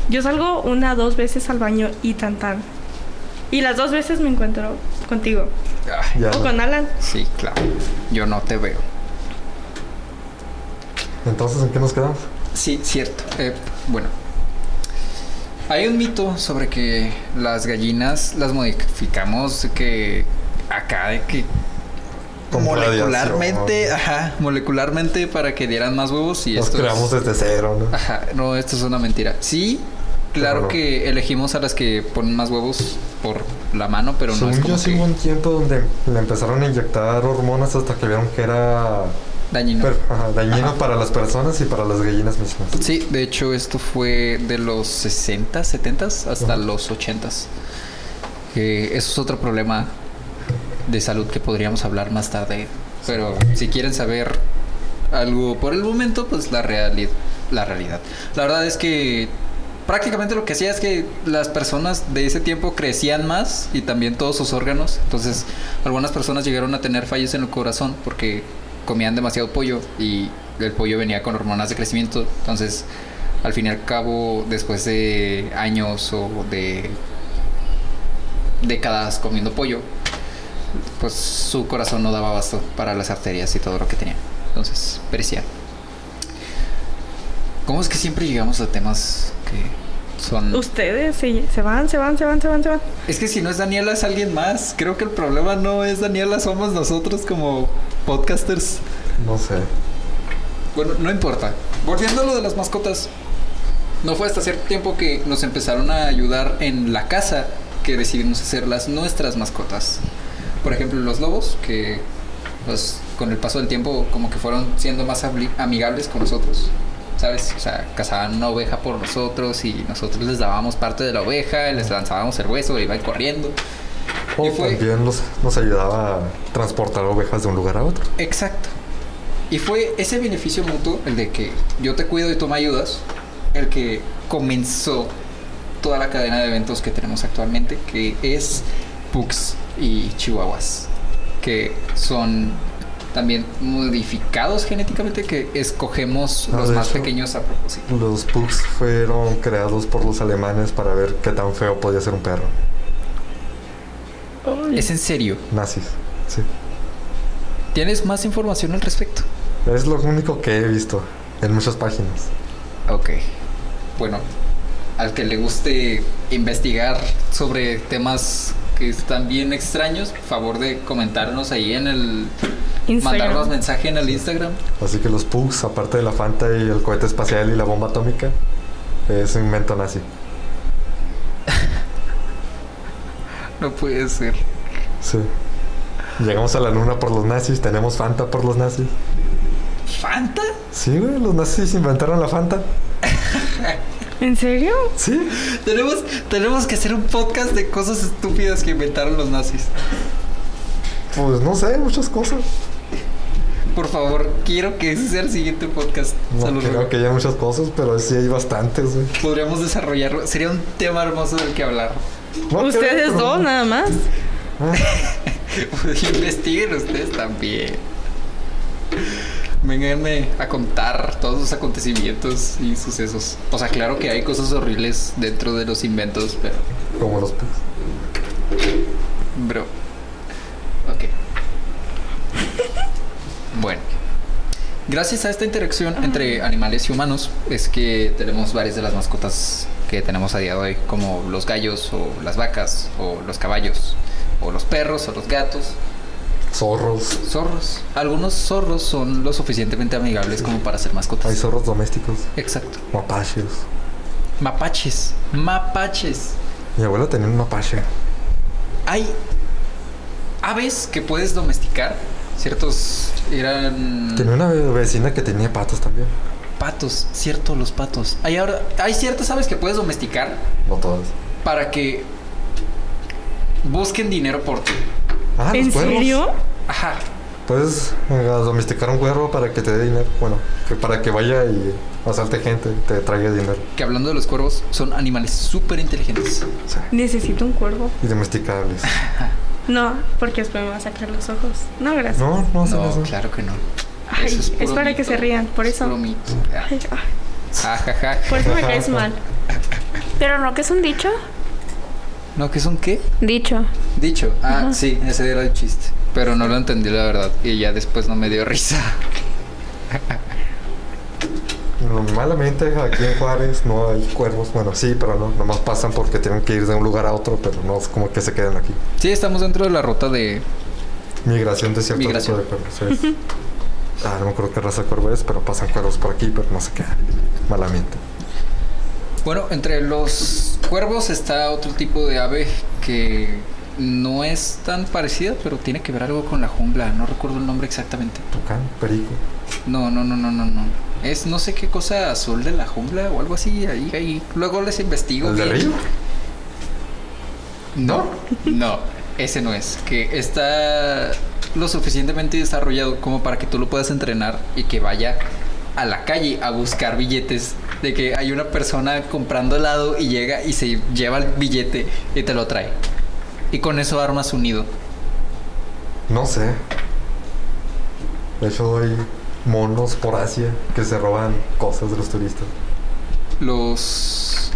Speaker 4: Yo salgo una, dos veces al baño y tan tan. Y las dos veces me encuentro contigo.
Speaker 2: Ay,
Speaker 3: Ya
Speaker 4: O
Speaker 3: no.
Speaker 4: con Alan.
Speaker 2: sí, claro. Yo no te veo.
Speaker 3: Entonces, ¿en qué nos quedamos?
Speaker 2: Sí, cierto. Eh, bueno. Hay un mito sobre que las gallinas las modificamos que acá de que
Speaker 3: Con
Speaker 2: molecularmente,
Speaker 3: radiación.
Speaker 2: ajá, molecularmente para que dieran más huevos y
Speaker 3: Nos
Speaker 2: esto es-
Speaker 3: creamos desde cero, ¿no?
Speaker 2: Ajá, no, esto es una mentira. Sí, Claro
Speaker 3: Pero no.
Speaker 2: que elegimos a las que ponen más huevos por la mano, pero no
Speaker 3: Según
Speaker 2: es como
Speaker 3: yo, sí
Speaker 2: que
Speaker 3: hubo un tiempo donde le empezaron a inyectar hormonas hasta que vieron que era
Speaker 2: dañino.
Speaker 3: per- ajá, dañino
Speaker 2: Ajá.
Speaker 3: para las personas y para las gallinas mismas.
Speaker 2: Sí, de hecho esto fue de los 60, 70 hasta
Speaker 3: Ajá.
Speaker 2: los 80. Que eso es otro problema de salud que podríamos hablar más tarde. Pero si quieren saber algo por el momento, pues la realidad. La realidad. La verdad es que prácticamente lo que hacía es que las personas de ese tiempo crecían más y también todos sus órganos. Entonces, algunas personas llegaron a tener fallos en el corazón porque comían demasiado pollo y el pollo venía con hormonas de crecimiento. Entonces, al fin y al cabo, después de años o de décadas comiendo pollo, pues su corazón no daba abasto para las arterias y todo lo que tenía. Entonces, perecía. ¿Cómo es que siempre llegamos a temas que son...
Speaker 4: Ustedes sí, se van, se van, se van, se van, se van.
Speaker 2: Es que si no es Daniela es alguien más. Creo que el problema no es Daniela, somos nosotros como podcasters.
Speaker 3: No sé.
Speaker 2: Bueno, no importa. Volviendo a lo de las mascotas. No fue hasta cierto tiempo que nos empezaron a ayudar en la casa que decidimos hacer las nuestras mascotas. Por ejemplo, los lobos, que pues, con el paso del tiempo como que fueron siendo más abli- amigables con nosotros. ¿Sabes? O sea, cazaban una oveja por nosotros y nosotros les dábamos parte de la oveja, les lanzábamos el hueso, iban corriendo.
Speaker 3: O
Speaker 2: Y fue-
Speaker 3: también los- nos ayudaba a transportar ovejas de un lugar a otro.
Speaker 2: Exacto. Y fue ese beneficio mutuo, el de que yo te cuido y tú me ayudas, el que comenzó toda la cadena de eventos que tenemos actualmente, que es Pugs y Chihuahuas, que son también modificados genéticamente, que escogemos
Speaker 3: Ah,
Speaker 2: los
Speaker 3: de
Speaker 2: más
Speaker 3: hecho.
Speaker 2: pequeños a propósito.
Speaker 3: Los pugs fueron creados por los alemanes para ver qué tan feo podía ser un perro.
Speaker 2: Es en serio.
Speaker 3: Nazis. Sí.
Speaker 2: ¿Tienes más información al respecto?
Speaker 3: Es lo único que he visto en muchas páginas.
Speaker 2: Ok. Bueno, al que le guste investigar sobre temas que están bien extraños, favor de comentarnos ahí en el... Mandarnos
Speaker 4: Instagram.
Speaker 2: mensaje en el Instagram.
Speaker 3: Así que los pugs, aparte de la Fanta y el cohete espacial y la bomba atómica, es un invento nazi.
Speaker 2: No puede ser.
Speaker 3: Sí. Llegamos a la luna por los nazis, tenemos Fanta por los nazis.
Speaker 2: ¿Fanta?
Speaker 3: Sí, güey, los nazis inventaron la Fanta.
Speaker 4: ¿En serio?
Speaker 3: Sí.
Speaker 2: Tenemos, tenemos que hacer un podcast de cosas estúpidas que inventaron los nazis.
Speaker 3: Pues no sé, muchas cosas.
Speaker 2: Por favor, quiero que ese sea el siguiente podcast. Se
Speaker 3: No
Speaker 2: lo
Speaker 3: creo
Speaker 2: ruego.
Speaker 3: que haya muchas cosas, pero sí hay bastantes, güey.
Speaker 2: Podríamos desarrollarlo. Sería un tema hermoso del que hablar.
Speaker 3: No creo,
Speaker 4: Ustedes
Speaker 3: pero-
Speaker 4: dos nada más.
Speaker 2: (laughs) Investiguen ustedes también. Vénganme a contar todos los acontecimientos y sucesos. O sea, claro que hay cosas horribles dentro de los inventos, pero.
Speaker 3: Como los pugs.
Speaker 2: Bro. Ok. Bueno. Gracias a esta interacción entre animales y humanos es que tenemos varias de las mascotas que tenemos a día de hoy, como los gallos o las vacas o los caballos o los perros o los gatos.
Speaker 3: Zorros.
Speaker 2: Zorros. Algunos zorros son lo suficientemente amigables como para ser
Speaker 3: Hay
Speaker 2: mascotas.
Speaker 3: zorros domésticos,
Speaker 2: Exacto.
Speaker 3: mapaches.
Speaker 2: Mapaches. Mapaches.
Speaker 3: Mi abuela tenía un mapache.
Speaker 2: Hay aves que puedes domesticar. Ciertos eran
Speaker 3: Tenía una vecina que tenía patos también.
Speaker 2: patos. Cierto, los patos. Hay ahora hay ciertas aves que puedes domesticar
Speaker 3: No todas.
Speaker 2: para que busquen dinero por ti.
Speaker 3: Ah,
Speaker 4: ¿En
Speaker 3: los cuervos.
Speaker 4: serio?
Speaker 2: Ajá.
Speaker 3: Puedes eh, domesticar un cuervo para que te dé dinero. Bueno, que para que vaya y asalte gente, te traiga dinero.
Speaker 2: Que hablando de los cuervos, son animales súper inteligentes.
Speaker 3: O sea,
Speaker 4: Necesito un cuervo.
Speaker 3: y domesticables.
Speaker 4: No, porque después me va a sacar los ojos. No, gracias.
Speaker 3: No, no, se me hace.
Speaker 2: No, claro que no.
Speaker 4: Ay,
Speaker 2: Eso
Speaker 4: es,
Speaker 2: puro
Speaker 4: para que
Speaker 2: mito.
Speaker 4: se rían, por
Speaker 2: Es
Speaker 4: eso.
Speaker 2: puro mito.
Speaker 4: (laughs)
Speaker 2: Ah. Ah,
Speaker 4: Ay, ay,
Speaker 2: ja, ja.
Speaker 4: por eso me caes mal.
Speaker 1: Pero no, que es un dicho.
Speaker 2: No, que es un qué?
Speaker 1: Dicho.
Speaker 2: Dicho. Ah, sí, ese era el chiste. Pero no lo entendí, la verdad. Y ya después no me dio risa.
Speaker 3: Malamente aquí en Juárez no hay cuervos. Bueno, sí, pero no. Nomás pasan porque tienen que ir de un lugar a otro, pero no es como que se quedan aquí.
Speaker 2: Sí, estamos dentro de la ruta de.
Speaker 3: Migración de cierto
Speaker 2: Migración.
Speaker 3: tipo de cuervos.
Speaker 2: (laughs)
Speaker 3: sí. ah, no me acuerdo qué raza de cuervo es, pero pasan cuervos por aquí, pero no se quedan. Malamente.
Speaker 2: Bueno, entre los cuervos está otro tipo de ave que no es tan parecida, pero tiene que ver algo con la jungla. No recuerdo el nombre exactamente.
Speaker 3: Tucán, perico.
Speaker 2: No, no, no, no, no, no. Es no sé qué cosa azul de la jungla o algo así. Ahí, ahí. Luego les investigo.
Speaker 3: ¿El de
Speaker 2: bien.
Speaker 3: río?
Speaker 2: No, no, ese no es. Que está lo suficientemente desarrollado como para que tú lo puedas entrenar y que vaya a la calle a buscar billetes. De que hay una persona comprando helado y llega y se lleva el billete y te lo trae. Y con eso armas un nido.
Speaker 3: No sé. De hecho, hay monos por Asia que se roban cosas de los turistas.
Speaker 2: Los.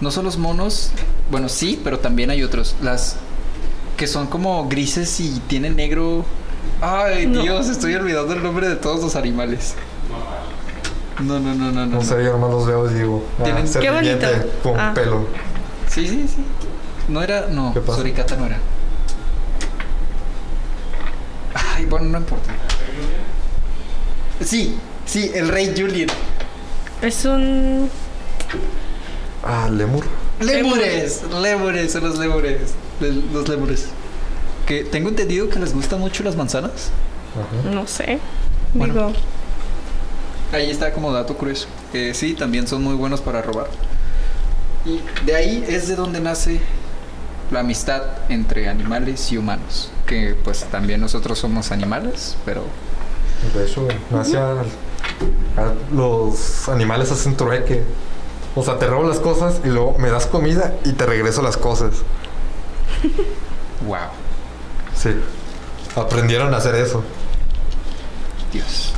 Speaker 2: No son los monos. Bueno, sí, pero también hay otros. Las. Que son como grises y tienen negro. Ay,
Speaker 4: No.
Speaker 2: Dios, estoy olvidando el nombre de todos los animales. No, no, no, no, no.
Speaker 3: No sé, yo nomás los veo y digo, ah,
Speaker 2: Tienen- Qué
Speaker 3: serpiente
Speaker 4: bonito.
Speaker 3: con
Speaker 4: Ah.
Speaker 3: pelo.
Speaker 2: Sí, sí, sí. No era. No,
Speaker 3: ¿Qué pasa?
Speaker 2: Suricata no era. Ay, bueno, no importa. Sí, sí, el rey Julien.
Speaker 4: Es un.
Speaker 3: Ah, lemur.
Speaker 2: Lémures, lémures, son los lémures. le- Los lémures. Que tengo entendido que les gustan mucho las manzanas.
Speaker 3: Ajá.
Speaker 4: No sé.
Speaker 2: Bueno.
Speaker 4: Digo,
Speaker 2: Ahí está como dato curioso. Eh, sí, también son muy buenos para robar. Y de ahí es de donde nace la amistad entre animales y humanos. Que pues también nosotros somos animales, pero
Speaker 3: De hecho, en Asia a- los animales hacen trueque. O sea, te robo las cosas y luego me das comida y te regreso las cosas.
Speaker 2: wow,
Speaker 3: Sí. Aprendieron a hacer eso.
Speaker 2: Dios.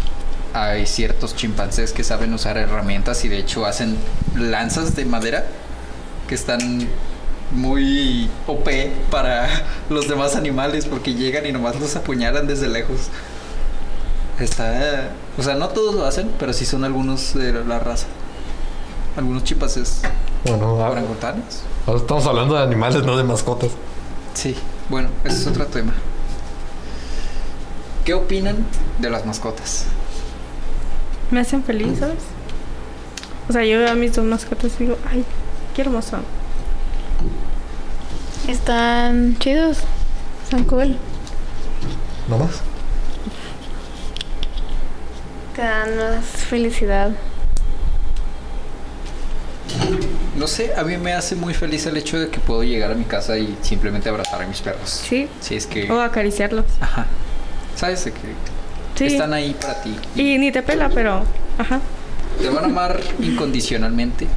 Speaker 2: Hay ciertos chimpancés que saben usar herramientas y de hecho hacen lanzas de madera que están muy OP para (laughs) los demás animales porque llegan y nomás los apuñalan desde lejos. Está... O sea, no todos lo hacen, pero sí son algunos de la raza. Algunos chimpancés
Speaker 3: Bueno, a-
Speaker 2: orangutanes.
Speaker 3: ahora estamos hablando de animales, no de mascotas.
Speaker 2: Sí, bueno, ese es otro tema. ¿Qué opinan de las mascotas?
Speaker 4: me hacen feliz, ¿sabes? O sea, yo veo a mis dos mascotas y digo, ay, qué hermoso.
Speaker 5: Están chidos. Están cool.
Speaker 3: ¿No más?
Speaker 5: Te dan más felicidad.
Speaker 2: No sé, a mí me hace muy feliz el hecho de que puedo llegar a mi casa y simplemente abrazar a mis perros.
Speaker 4: Sí.
Speaker 2: Si es que...
Speaker 4: O acariciarlos.
Speaker 2: Ajá. Sabes de que
Speaker 4: Sí.
Speaker 2: están ahí para ti.
Speaker 4: Y ni te pela, pero. Ajá.
Speaker 2: Te van a amar incondicionalmente.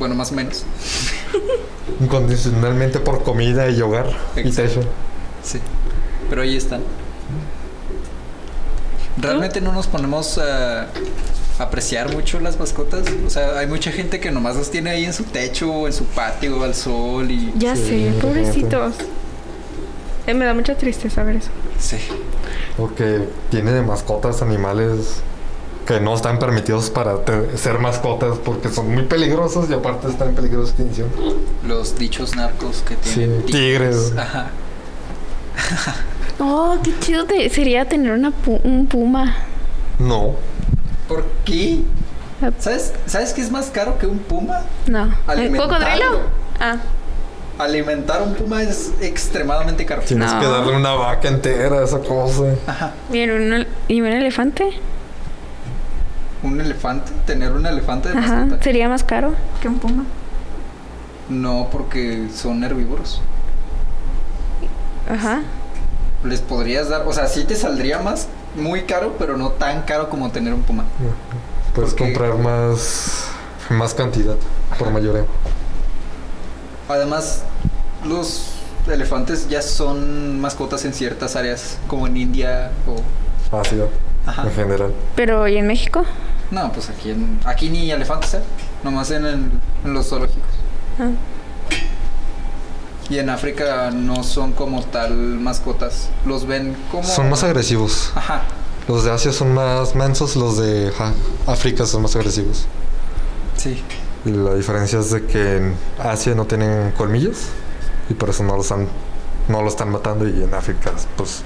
Speaker 2: Bueno, más o menos.
Speaker 3: Incondicionalmente por comida y hogar y
Speaker 2: Exacto.
Speaker 3: techo.
Speaker 2: Sí. Pero ahí están. Realmente no nos ponemos a apreciar mucho las mascotas. O sea, hay mucha gente que nomás las tiene ahí en su techo, o en su patio, al sol y...
Speaker 4: Ya
Speaker 3: Sí,
Speaker 4: sé, pobrecitos. Eh, me da mucha tristeza ver eso.
Speaker 2: Sí.
Speaker 3: Porque tiene de mascotas animales que no están permitidos para te- ser mascotas porque son muy peligrosos y aparte están en peligro de extinción.
Speaker 2: Los dichos narcos que tienen.
Speaker 3: Sí, tigres.
Speaker 2: Ajá.
Speaker 5: Oh, qué chido te- sería tener una pu- un puma.
Speaker 3: No.
Speaker 2: ¿Por qué?
Speaker 5: Ah.
Speaker 2: ¿Sabes, ¿Sabes qué es más caro que un puma?
Speaker 5: No. ¿El
Speaker 2: Alimentarlo.
Speaker 5: cocodrilo? Ah.
Speaker 2: Alimentar un puma es extremadamente caro.
Speaker 3: Tienes
Speaker 5: No.
Speaker 3: que darle una vaca entera a esa cosa.
Speaker 2: Ajá.
Speaker 5: ¿Y un, y un elefante?
Speaker 2: Un elefante, tener un elefante de
Speaker 5: Ajá.
Speaker 2: mascota.
Speaker 5: ¿Sería más caro que un puma?
Speaker 2: No, porque son herbívoros.
Speaker 5: Ajá.
Speaker 2: Les podrías dar, o sea, sí te saldría más muy caro, pero no tan caro como tener un puma.
Speaker 3: Puedes
Speaker 2: Porque-
Speaker 3: comprar más, más cantidad por eh, mayoreo.
Speaker 2: Además, los elefantes ya son mascotas en ciertas áreas, como en India o
Speaker 3: Así
Speaker 2: Ajá.
Speaker 3: en general.
Speaker 5: ¿Pero y en México?
Speaker 2: No, pues aquí, en- aquí ni elefantes, ¿eh? Nomás en, el- en los zoológicos.
Speaker 5: Ah.
Speaker 2: Y en África no son como tal mascotas. Los ven como...
Speaker 3: Son más agresivos.
Speaker 2: Ajá.
Speaker 3: Los de Asia son más mansos, los de ja, África son más agresivos.
Speaker 2: Sí.
Speaker 3: Y la diferencia es de que en Asia no tienen colmillos y por eso no los están, no lo están matando y en África pues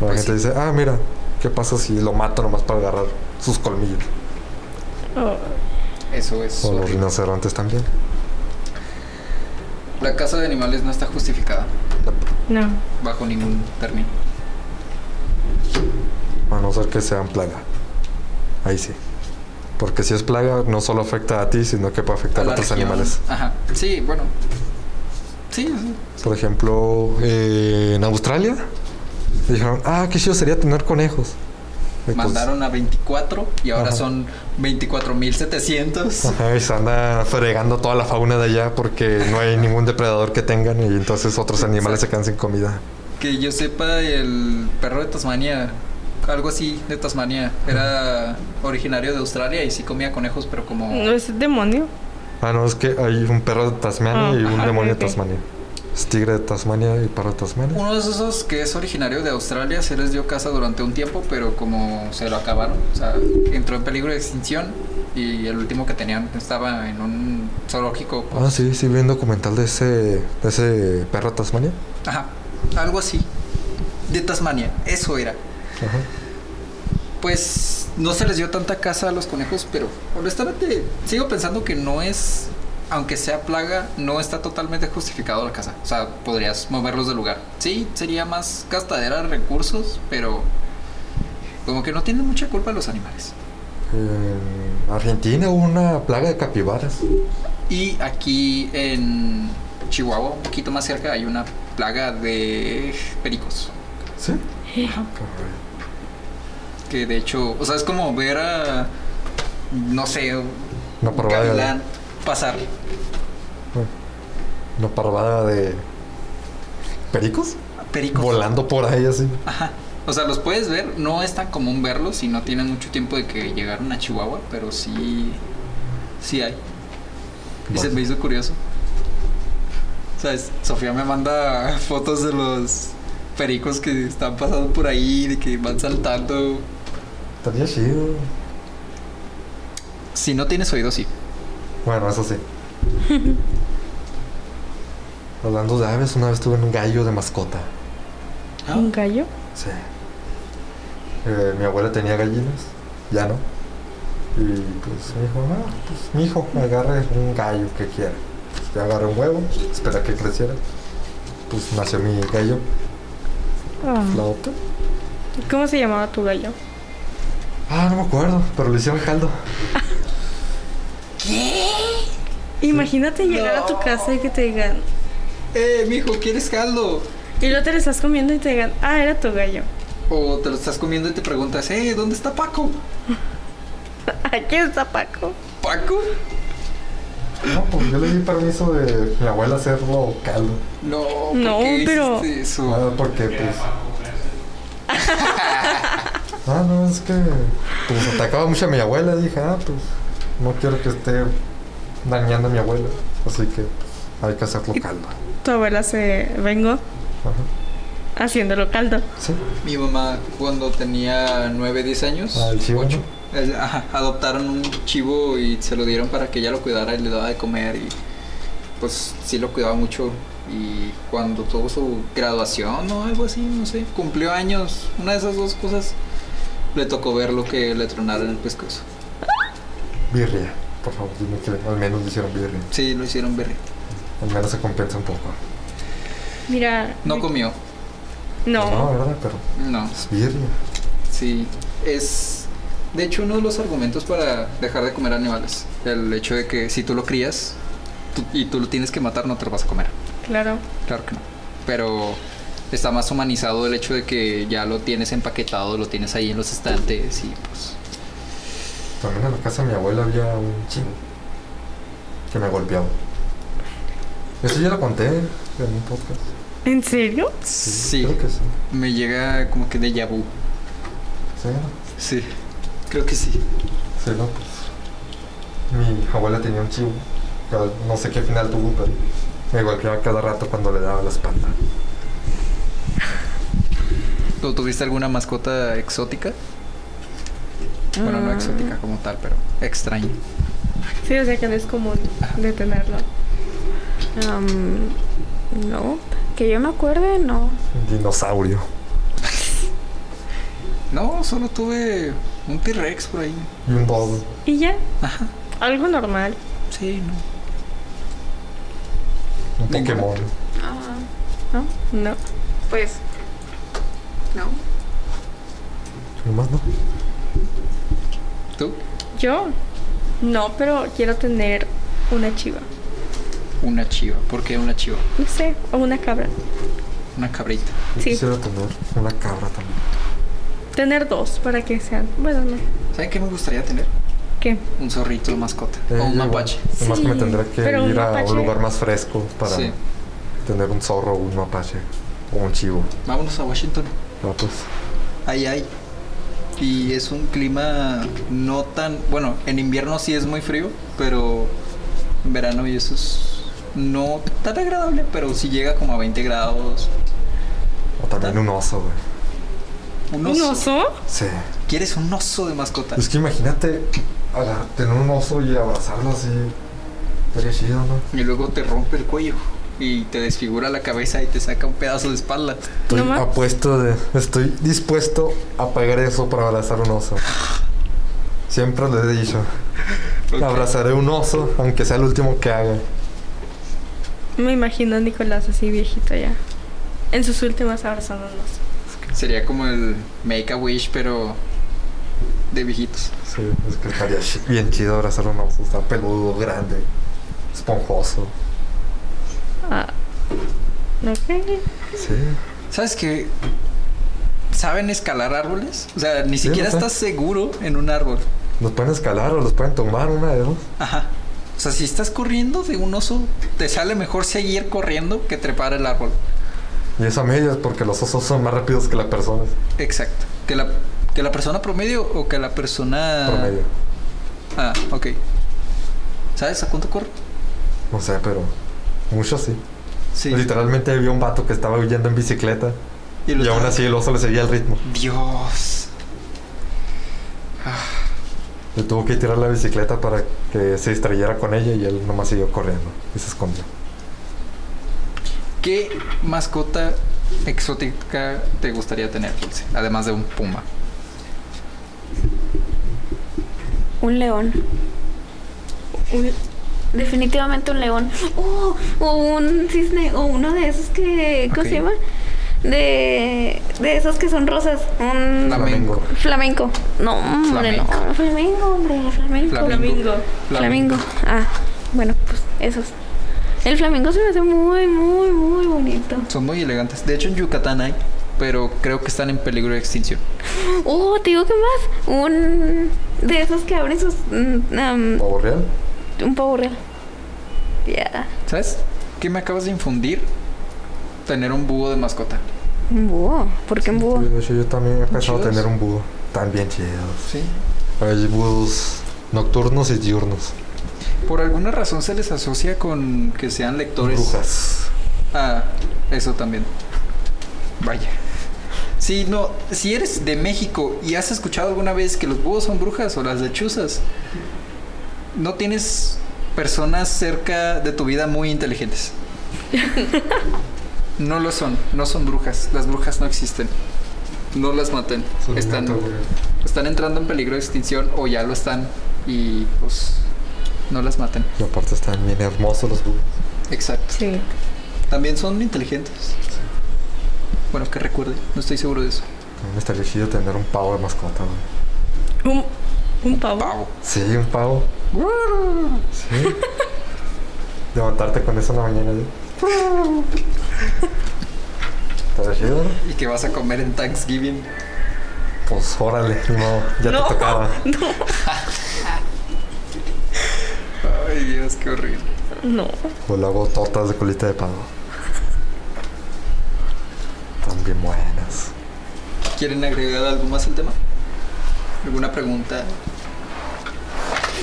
Speaker 3: la
Speaker 2: Pues
Speaker 3: gente dice, ah mira, ¿qué pasa si lo mato nomás para agarrar sus colmillos?
Speaker 4: Oh,
Speaker 2: Eso es.
Speaker 3: O los
Speaker 2: horrible.
Speaker 3: rinocerontes también.
Speaker 2: La caza de animales no está justificada
Speaker 4: No.
Speaker 2: bajo ningún término.
Speaker 3: A no ser que sean plaga. Ahí sí. Porque si es plaga, no solo afecta a ti, sino que puede afectar a,
Speaker 2: la
Speaker 3: otros
Speaker 2: región-
Speaker 3: animales.
Speaker 2: Ajá. Sí, bueno. Sí, sí.
Speaker 3: Por ejemplo, eh, en Australia dijeron, ah, qué chido sería tener conejos. Y pues,
Speaker 2: mandaron a 24 y ahora
Speaker 3: Ajá.
Speaker 2: son 24.700.
Speaker 3: Ajá, y se anda fregando toda la fauna de allá porque no hay ningún depredador que tengan y entonces otros animales se quedan sin comida.
Speaker 2: Que yo sepa, el perro de Tasmania, algo así de Tasmania, era originario de Australia y sí comía conejos, pero como.
Speaker 4: No es demonio.
Speaker 3: Ah, no, es que hay un perro de Tasmania
Speaker 4: Ah,
Speaker 3: y un
Speaker 4: ajá,
Speaker 3: demonio
Speaker 4: ok,
Speaker 3: de
Speaker 4: ok.
Speaker 3: Tasmania. Es tigre de Tasmania y perro de Tasmania.
Speaker 2: Uno de esos que es originario de Australia se les dio caza durante un tiempo, pero como se lo acabaron, o sea, entró en peligro de extinción y el último que tenían estaba en un zoológico. pues,
Speaker 3: Ah, sí, sí, vi un documental de ese, de ese perro de Tasmania.
Speaker 2: Ajá, algo así. De Tasmania, eso era.
Speaker 3: Ajá.
Speaker 2: Pues no se les dio tanta caza a los conejos, pero honestamente sigo pensando que no es, aunque sea plaga, no está totalmente justificado la caza. O sea, podrías moverlos del lugar. Sí, sería más gastadera de recursos, pero como que no tienen mucha culpa los animales.
Speaker 3: En Eh, Argentina hubo una plaga de capibaras.
Speaker 2: Y aquí en Chihuahua, un poquito más cerca, hay una plaga de pericos.
Speaker 3: ¿Sí?
Speaker 2: Que de hecho, o sea, es como ver a, no sé,
Speaker 3: Una
Speaker 2: un
Speaker 3: parvada.
Speaker 2: gavilán pasar.
Speaker 3: Una parvada de pericos
Speaker 2: Pericos.
Speaker 3: volando por ahí así.
Speaker 2: Ajá. O sea, los puedes ver, no es tan común verlos y no tienen mucho tiempo de que llegaron a Chihuahua, pero sí, sí hay. Y se
Speaker 3: Bueno.
Speaker 2: me hizo curioso. O sea, es- Sofía me manda (laughs) fotos de los pericos que están pasando por ahí, de que van saltando.
Speaker 3: Estaría chido.
Speaker 2: Si no tienes oído, sí.
Speaker 3: Bueno, eso sí. Hablando de aves, una vez tuve un gallo de mascota.
Speaker 2: Ah.
Speaker 4: Un gallo.
Speaker 3: Sí. Eh, mi abuela tenía gallinas, ya no. Y pues me dijo, no, pues mi hijo, agarre un gallo que quiera. Pues, ya agarré un huevo, espera que creciera. Pues nació mi gallo,
Speaker 4: Ah.
Speaker 3: la adopté.
Speaker 4: ¿Cómo se llamaba tu gallo?
Speaker 3: Ah, no me acuerdo, pero le hicieron caldo.
Speaker 4: Imagínate llegar a tu casa y que te digan.
Speaker 2: ¡Eh, mijo, ¿quieres caldo?
Speaker 4: Y luego te lo estás comiendo y te digan, ah, era tu gallo. (laughs)
Speaker 2: O te lo estás comiendo y te preguntas, ¡eh, ¿dónde está Paco?
Speaker 4: Aquí está Paco.
Speaker 2: ¿Paco?
Speaker 3: No, pues yo le di permiso de mi abuela hacerlo caldo.
Speaker 2: No, ¿por
Speaker 4: No,
Speaker 2: qué
Speaker 4: pero-
Speaker 2: hiciste eso?
Speaker 3: Ah, porque pues. ah, no, es que pues atacaba mucho a mi abuela. Dije, ah, pues no quiero que esté dañando a mi abuela. Así que hay que hacerlo caldo.
Speaker 4: Tu abuela se vengó
Speaker 3: Ajá.
Speaker 4: haciéndolo caldo.
Speaker 3: Sí.
Speaker 2: Mi mamá cuando tenía 9, 10 años,
Speaker 3: Ah, el chivo,
Speaker 2: ocho, el- ajá, adoptaron un chivo y se lo dieron para que ella lo cuidara y le daba de comer y pues sí lo cuidaba mucho y cuando tuvo su graduación o algo así, no sé, cumplió años, una de esas dos cosas, le tocó ver lo que le tronaron en el pescozo.
Speaker 3: Birria. Por favor, dime que al menos le hicieron birria.
Speaker 2: Sí, lo hicieron berre.
Speaker 3: Al menos se compensa un poco.
Speaker 4: Mira.
Speaker 2: No comió,
Speaker 4: No.
Speaker 3: No, ¿verdad? Pero
Speaker 2: no.
Speaker 3: es birria.
Speaker 2: Sí, es de hecho uno de los argumentos para dejar de comer animales. El hecho de que si tú lo crías tú- y tú lo tienes que matar, no te lo vas a comer.
Speaker 4: Claro.
Speaker 2: Claro que no. Pero está más humanizado el hecho de que ya lo tienes empaquetado, lo tienes ahí en los estantes y pues...
Speaker 3: También en la casa de mi abuela había un chino que me golpeaba. Eso ya lo conté en un podcast.
Speaker 4: ¿En serio?
Speaker 2: Sí,
Speaker 3: Creo que sí.
Speaker 2: me llega como que de vu.
Speaker 3: Sí, ¿no?
Speaker 2: Sí, creo que sí.
Speaker 3: Sí, no, pues. Mi abuela tenía un chivo. que No sé qué final tuvo, pero me golpeaba cada rato cuando le daba la espalda.
Speaker 2: ¿Tú tuviste alguna mascota exótica? Bueno, no exótica como tal, pero extraña.
Speaker 4: Sí, o sea que no es común de tenerlo.
Speaker 5: Am, no. Que yo me acuerde, no.
Speaker 3: Un dinosaurio.
Speaker 2: No, solo tuve un T-Rex por ahí.
Speaker 3: Y un dodo.
Speaker 4: ¿Y ya? Algo normal.
Speaker 2: Sí, no.
Speaker 3: Un
Speaker 2: Ninguna.
Speaker 3: Pokémon.
Speaker 1: Ah, no, no. Pues, no.
Speaker 3: Nomás no.
Speaker 2: ¿Tú?
Speaker 4: Yo no, pero quiero tener una chiva.
Speaker 2: Una chiva. ¿Por qué una chiva?
Speaker 4: No sé, o una cabra.
Speaker 2: Una cabrita.
Speaker 3: Yo
Speaker 4: Sí.
Speaker 3: Quisiera tener una cabra también.
Speaker 4: Tener dos para que sean. Bueno, no.
Speaker 2: ¿Saben qué me gustaría tener?
Speaker 4: ¿Qué?
Speaker 2: Un zorrito de mascota.
Speaker 3: Eh,
Speaker 2: o un
Speaker 3: yo igual.
Speaker 2: mapache.
Speaker 3: Nomás que me
Speaker 4: Sí,
Speaker 3: tendré que
Speaker 4: pero un
Speaker 3: ir a
Speaker 4: mapache-
Speaker 3: un lugar más fresco para
Speaker 2: Sí.
Speaker 3: tener un zorro, un mapache o un chivo.
Speaker 2: Vámonos a Washington.
Speaker 3: No, pues,
Speaker 2: Ahí hay. Y es un clima no tan. Bueno, en invierno sí es muy frío, pero en verano y eso es. No tan agradable, pero sí llega como a 20 grados.
Speaker 3: o también un oso, güey.
Speaker 2: Un
Speaker 4: ¿Un
Speaker 2: oso.
Speaker 4: oso?
Speaker 3: Sí.
Speaker 2: ¿Quieres un oso de mascota?
Speaker 3: Es que imagínate ala, tener un oso y abrazarlo así. Estaría chido, ¿no?
Speaker 2: Y luego te rompe el cuello y te desfigura la cabeza y te saca un pedazo de espalda.
Speaker 3: Estoy
Speaker 4: No más.
Speaker 3: apuesto de. Estoy dispuesto a pagar eso para abrazar un oso. Siempre lo he dicho.
Speaker 2: Ok.
Speaker 3: Abrazaré un oso, aunque sea el último que haga.
Speaker 4: Me imagino a Nicolás así viejito ya. En sus últimas abrazándonos.
Speaker 2: Sería como el Make a Wish, pero de viejitos.
Speaker 3: Sí, es que estaría chi- bien chido abrazar un oso. Está peludo, grande, esponjoso.
Speaker 4: Ah. Ok.
Speaker 3: Sí.
Speaker 2: ¿Sabes qué? ¿Saben escalar árboles? O sea, ni
Speaker 3: Sí,
Speaker 2: siquiera
Speaker 3: no sé.
Speaker 2: estás seguro en un árbol.
Speaker 3: Los pueden escalar o los pueden tomar, una de dos.
Speaker 2: Ajá. O sea, si estás corriendo de un oso, te sale mejor seguir corriendo que trepar el árbol.
Speaker 3: Y eso a medias porque los osos son más rápidos que las personas.
Speaker 2: Exacto. Que la, que la persona promedio o que la persona...
Speaker 3: Promedio.
Speaker 2: Ah, ok. ¿Sabes a cuánto corre?
Speaker 3: No sé, pero muchos sí.
Speaker 2: Sí.
Speaker 3: Literalmente había un vato que estaba huyendo en bicicleta.
Speaker 2: Y lo
Speaker 3: Y aún
Speaker 2: estaba-
Speaker 3: así el oso le seguía el ritmo.
Speaker 2: Dios.
Speaker 3: Le tuvo que tirar la bicicleta para que se distrayera con ella y él nomás siguió corriendo y se escondió.
Speaker 2: ¿Qué mascota exótica te gustaría tener, Dulce? Además de un puma.
Speaker 5: Un león.
Speaker 4: Un-
Speaker 5: Definitivamente un león. Oh, o un cisne, o uno de esos que. ¿Cómo
Speaker 2: Ok.
Speaker 5: se llama? De, de esos que son rosas. Un
Speaker 2: Flamenco.
Speaker 5: flamenco. No, hombre,
Speaker 2: Flamenco.
Speaker 5: no. Flamenco, hombre, flamenco.
Speaker 4: Flamingo.
Speaker 5: Flamingo. Ah, bueno, pues esos. El flamingo se me hace muy, muy, muy bonito.
Speaker 2: Son muy elegantes. De hecho, en Yucatán hay, pero creo que están en peligro de extinción.
Speaker 5: Oh, te digo que más. Un de esos que abren sus. mm, am,
Speaker 3: ¿Pavo real?
Speaker 5: un pavo real. Ya.
Speaker 2: ¿Sabes? ¿Qué me acabas de infundir? Tener un búho de mascota.
Speaker 5: Un búho. ¿Por qué un búho?
Speaker 3: Sí, de hecho, yo también he pensado
Speaker 2: chidos.
Speaker 3: tener un búho. También chidos.
Speaker 2: Sí.
Speaker 3: Hay búhos nocturnos y diurnos.
Speaker 2: Por alguna razón se les asocia con que sean lectores.
Speaker 3: Brujas.
Speaker 2: Ah, eso también. Vaya. Si no, si eres de México y has escuchado alguna vez que los búhos son brujas o las lechuzas, no tienes personas cerca de tu vida muy inteligentes. No lo son, no son brujas. Las brujas no existen. No las maten. Están, están entrando en peligro de extinción o ya lo están y pues no las maten.
Speaker 3: Y aparte están bien hermosos los búhos.
Speaker 2: Exacto.
Speaker 4: Sí.
Speaker 2: También son inteligentes. Bueno, que recuerde, no estoy seguro de eso.
Speaker 3: También estaría chido tener un pavo de mascota. güey.
Speaker 4: Un, un pavo.
Speaker 3: Sí, un pavo. Sí. Levantarte con eso en la mañana. ¿sí? Estaría chido, ¿no?
Speaker 2: ¿Y qué vas a comer en Thanksgiving?
Speaker 3: Pues órale, ni modo, ya
Speaker 4: No.
Speaker 3: te tocaba.
Speaker 2: Ay, Dios, qué horrible.
Speaker 4: No.
Speaker 3: O le hago Pues, tortas de colita de pavo. Están bien buenas.
Speaker 2: ¿Quieren agregar algo más al tema? ¿Alguna pregunta?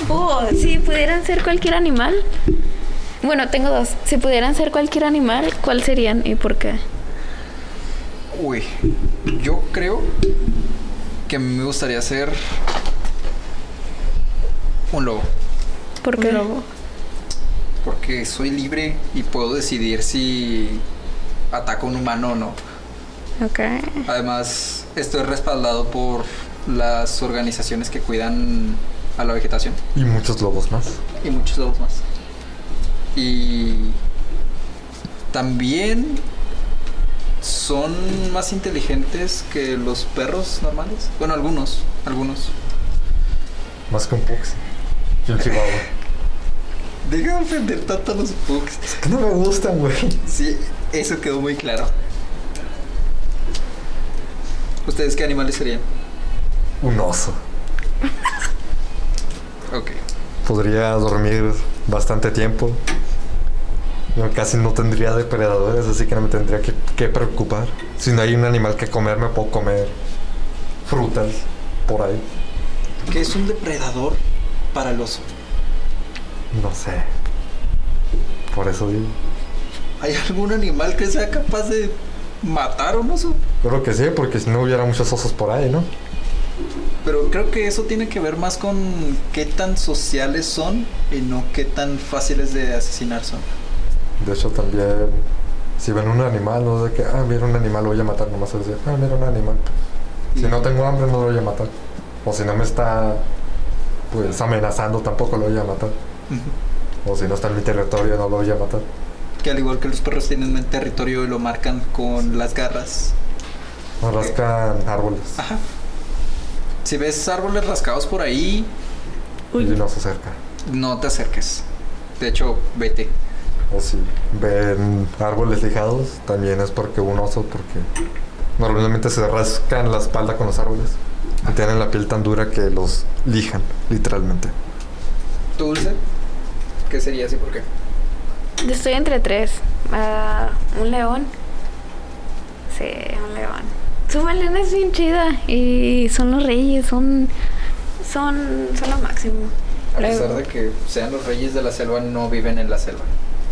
Speaker 5: Oh, si pudieran ser cualquier animal. Bueno, tengo dos. Si pudieran ser cualquier animal, ¿cuál serían y por qué?
Speaker 2: Uy, yo creo que me gustaría ser un lobo.
Speaker 5: ¿Por qué?
Speaker 4: Un lobo.
Speaker 2: Porque soy libre y puedo decidir si ataco a un humano o no.
Speaker 5: Ok.
Speaker 2: Además, estoy respaldado por las organizaciones que cuidan a la vegetación
Speaker 3: Y muchos lobos más.
Speaker 2: y muchos lobos más. Y también son más inteligentes que los perros normales. Bueno, algunos, algunos.
Speaker 3: Más que un Pux. Y un Chihuahua.
Speaker 2: Deja de ofender tanto a los pugs.
Speaker 3: Es que no me gustan, güey.
Speaker 2: Sí, eso quedó muy claro. ¿Ustedes qué animales serían?
Speaker 3: Un oso.
Speaker 2: Ok.
Speaker 3: Podría dormir bastante tiempo. Yo casi no tendría depredadores, así que no me tendría que, que preocupar. Si no hay un animal que comer, me puedo comer frutas por ahí.
Speaker 2: ¿Qué es un depredador para el oso?
Speaker 3: No sé. Por eso digo.
Speaker 2: ¿Hay algún animal que sea capaz de matar a un oso?
Speaker 3: Creo que sí, porque si no hubiera muchos osos por ahí, ¿no?
Speaker 2: Pero creo que eso tiene que ver más con qué tan sociales son y no qué tan fáciles de asesinar son.
Speaker 3: De hecho, también, si ven un animal, no es de que, ah, mira un animal, lo voy a matar, nomás es decir, ah, mira un animal. Si no tengo hambre, no lo voy a matar. O si no me está, pues, amenazando, tampoco lo voy a matar. O si no está en mi territorio, no lo voy a matar.
Speaker 2: Que al igual que los perros tienen un territorio y lo marcan con las garras.
Speaker 3: No rascan árboles
Speaker 2: Ajá. Si ves árboles rascados por ahí,
Speaker 3: y
Speaker 4: Uy,
Speaker 3: no se acerca.
Speaker 2: no te acerques. De hecho, vete.
Speaker 3: O si ven árboles lijados, también es porque un oso, porque normalmente se rascan la espalda con los árboles. Y tienen la piel tan dura que los lijan, literalmente.
Speaker 2: ¿Tú, Dulce? ¿Qué sería así? ¿Por qué?
Speaker 1: Yo estoy entre tres. Ah, un león. Sí, un león. Su melena es bien chida y son los reyes, son, son, son lo máximo.
Speaker 2: A
Speaker 1: Luego-
Speaker 2: pesar de que sean los reyes de la selva, no viven en la selva.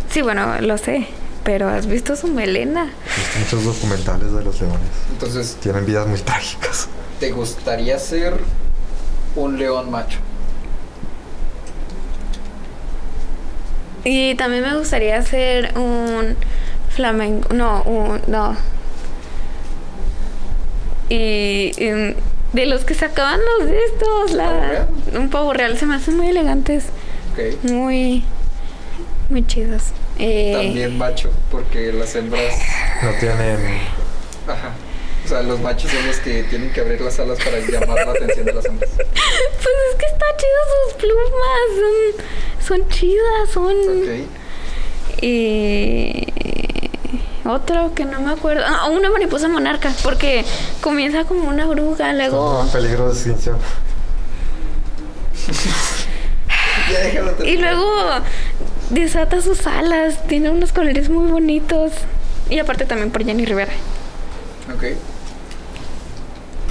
Speaker 1: Sí, bueno, lo sé, pero ¿has visto su melena?
Speaker 3: He visto muchos documentales de los leones.
Speaker 2: Entonces,
Speaker 3: Tienen vidas muy (laughs) trágicas.
Speaker 2: ¿te gustaría ser un león macho?
Speaker 1: Y también me gustaría hacer un flamenco, no, un, no. Y, y, de los que sacaban los de estos, la,
Speaker 2: ¿Pavo
Speaker 1: un pavo real, se me hacen muy elegantes,
Speaker 2: Ok.
Speaker 1: Eh. muy, muy chidos. Eh,
Speaker 2: También macho, porque las hembras.
Speaker 3: No tienen.
Speaker 2: Ajá. O sea, los machos son los que tienen que abrir las alas para llamar la atención de las hembras.
Speaker 1: (laughs) Pues es que están chidas sus plumas, son, son chidas, son...
Speaker 2: Ok.
Speaker 1: Y eh, otro que no me acuerdo. Ah, una mariposa monarca, porque comienza como una bruja, luego.
Speaker 3: Son en peligro de extinción.
Speaker 2: Ya déjalo
Speaker 1: Y
Speaker 2: terminar.
Speaker 1: luego desata sus alas, tiene unos colores muy bonitos. Y aparte también por Jenny Rivera.
Speaker 2: Ok.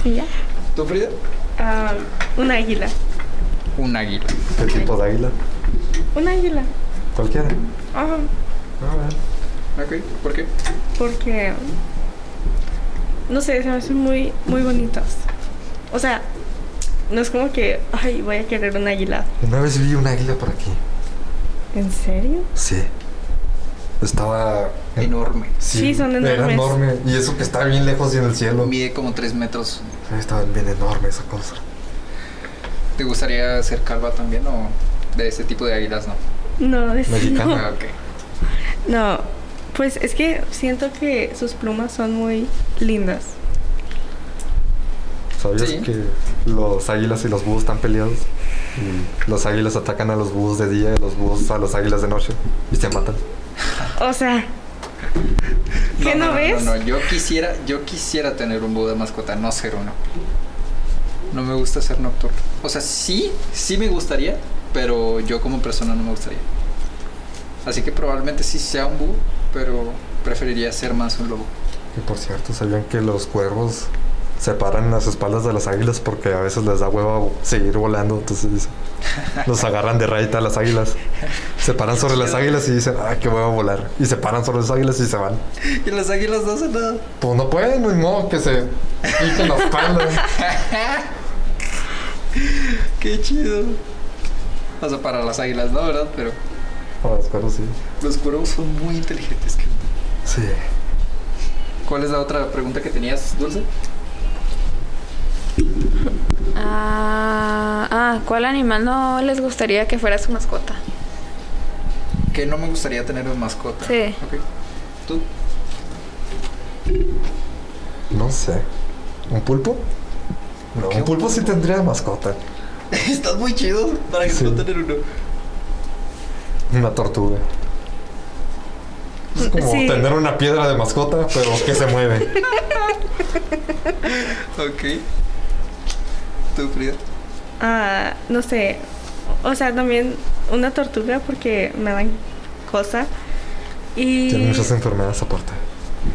Speaker 1: Y ya.
Speaker 2: ¿Tú, Frida?
Speaker 4: ah, un águila.
Speaker 2: Un águila.
Speaker 3: ¿Qué tipo de águila?
Speaker 4: Un águila.
Speaker 3: Cualquiera.
Speaker 4: Ajá.
Speaker 3: A ver.
Speaker 2: Ok. ¿Por qué?
Speaker 4: porque no sé, se me hacen muy muy bonitas. O sea, no es como que, ay, voy a querer un águila.
Speaker 3: Una vez vi un águila por aquí.
Speaker 4: ¿En serio?
Speaker 3: Sí. Estaba.
Speaker 2: Enorme.
Speaker 4: Sí, son
Speaker 3: Era
Speaker 4: enormes.
Speaker 3: enorme. Y eso que estaba bien lejos y en el cielo.
Speaker 2: Mide como 3 metros.
Speaker 3: Estaban bien enorme esa cosa.
Speaker 2: ¿Te gustaría ser calva también o de ese tipo de águilas no?
Speaker 4: No, es-
Speaker 3: Mexicana.
Speaker 2: Ah, ok.
Speaker 4: no. Pues es que siento que sus plumas son muy lindas.
Speaker 3: ¿Sabías
Speaker 2: Sí.
Speaker 3: que los águilas y los búhos están peleados? Y los águilas atacan a los búhos de día y los búhos a los águilas de noche. Y se matan.
Speaker 4: O sea, ¿Qué no ves?
Speaker 2: No, no, yo quisiera, yo quisiera tener un búho de mascota, no ser uno. No me gusta ser nocturno. O sea, sí, sí me gustaría, pero yo como persona no me gustaría. Así que probablemente sí sea un búho, pero preferiría ser más un lobo.
Speaker 3: Y por cierto, ¿sabían que los cuervos se paran en las espaldas de las águilas porque a veces les da hueva seguir volando? Entonces dice, los agarran de rayita a las águilas. Se paran sobre las águilas y dicen, ah, qué hueva volar. Y se paran sobre las águilas y se van.
Speaker 2: Y las águilas no hacen nada.
Speaker 3: Pues no pueden, ni modo que se piquen la espalda.
Speaker 2: Qué chido. O sea, para las águilas no, ¿verdad? Pero
Speaker 3: Para los cuervos sí.
Speaker 2: los cuervos son muy inteligentes. ¿qué onda?
Speaker 3: Sí.
Speaker 2: ¿Cuál es la otra pregunta que tenías, Dulce?
Speaker 1: Ah, ah,
Speaker 5: ¿Cuál animal no les gustaría que fuera su mascota?
Speaker 2: Que no me gustaría tener de mascota.
Speaker 5: Sí.
Speaker 2: Ok. ¿Tú?
Speaker 3: No sé. ¿Un pulpo? No,
Speaker 2: ¿Qué?
Speaker 3: un pulpo sí tendría mascota.
Speaker 2: (laughs) Estás muy chido para que
Speaker 3: Sí.
Speaker 2: no tener uno.
Speaker 3: Una tortuga. Es como
Speaker 4: Sí.
Speaker 3: tener una piedra de mascota, pero que se mueve.
Speaker 2: Ok. ¿Tú, Frida?
Speaker 4: Ah, no sé. O sea, también una tortuga porque me dan cosa. Y.
Speaker 3: Tiene muchas enfermedades aparte.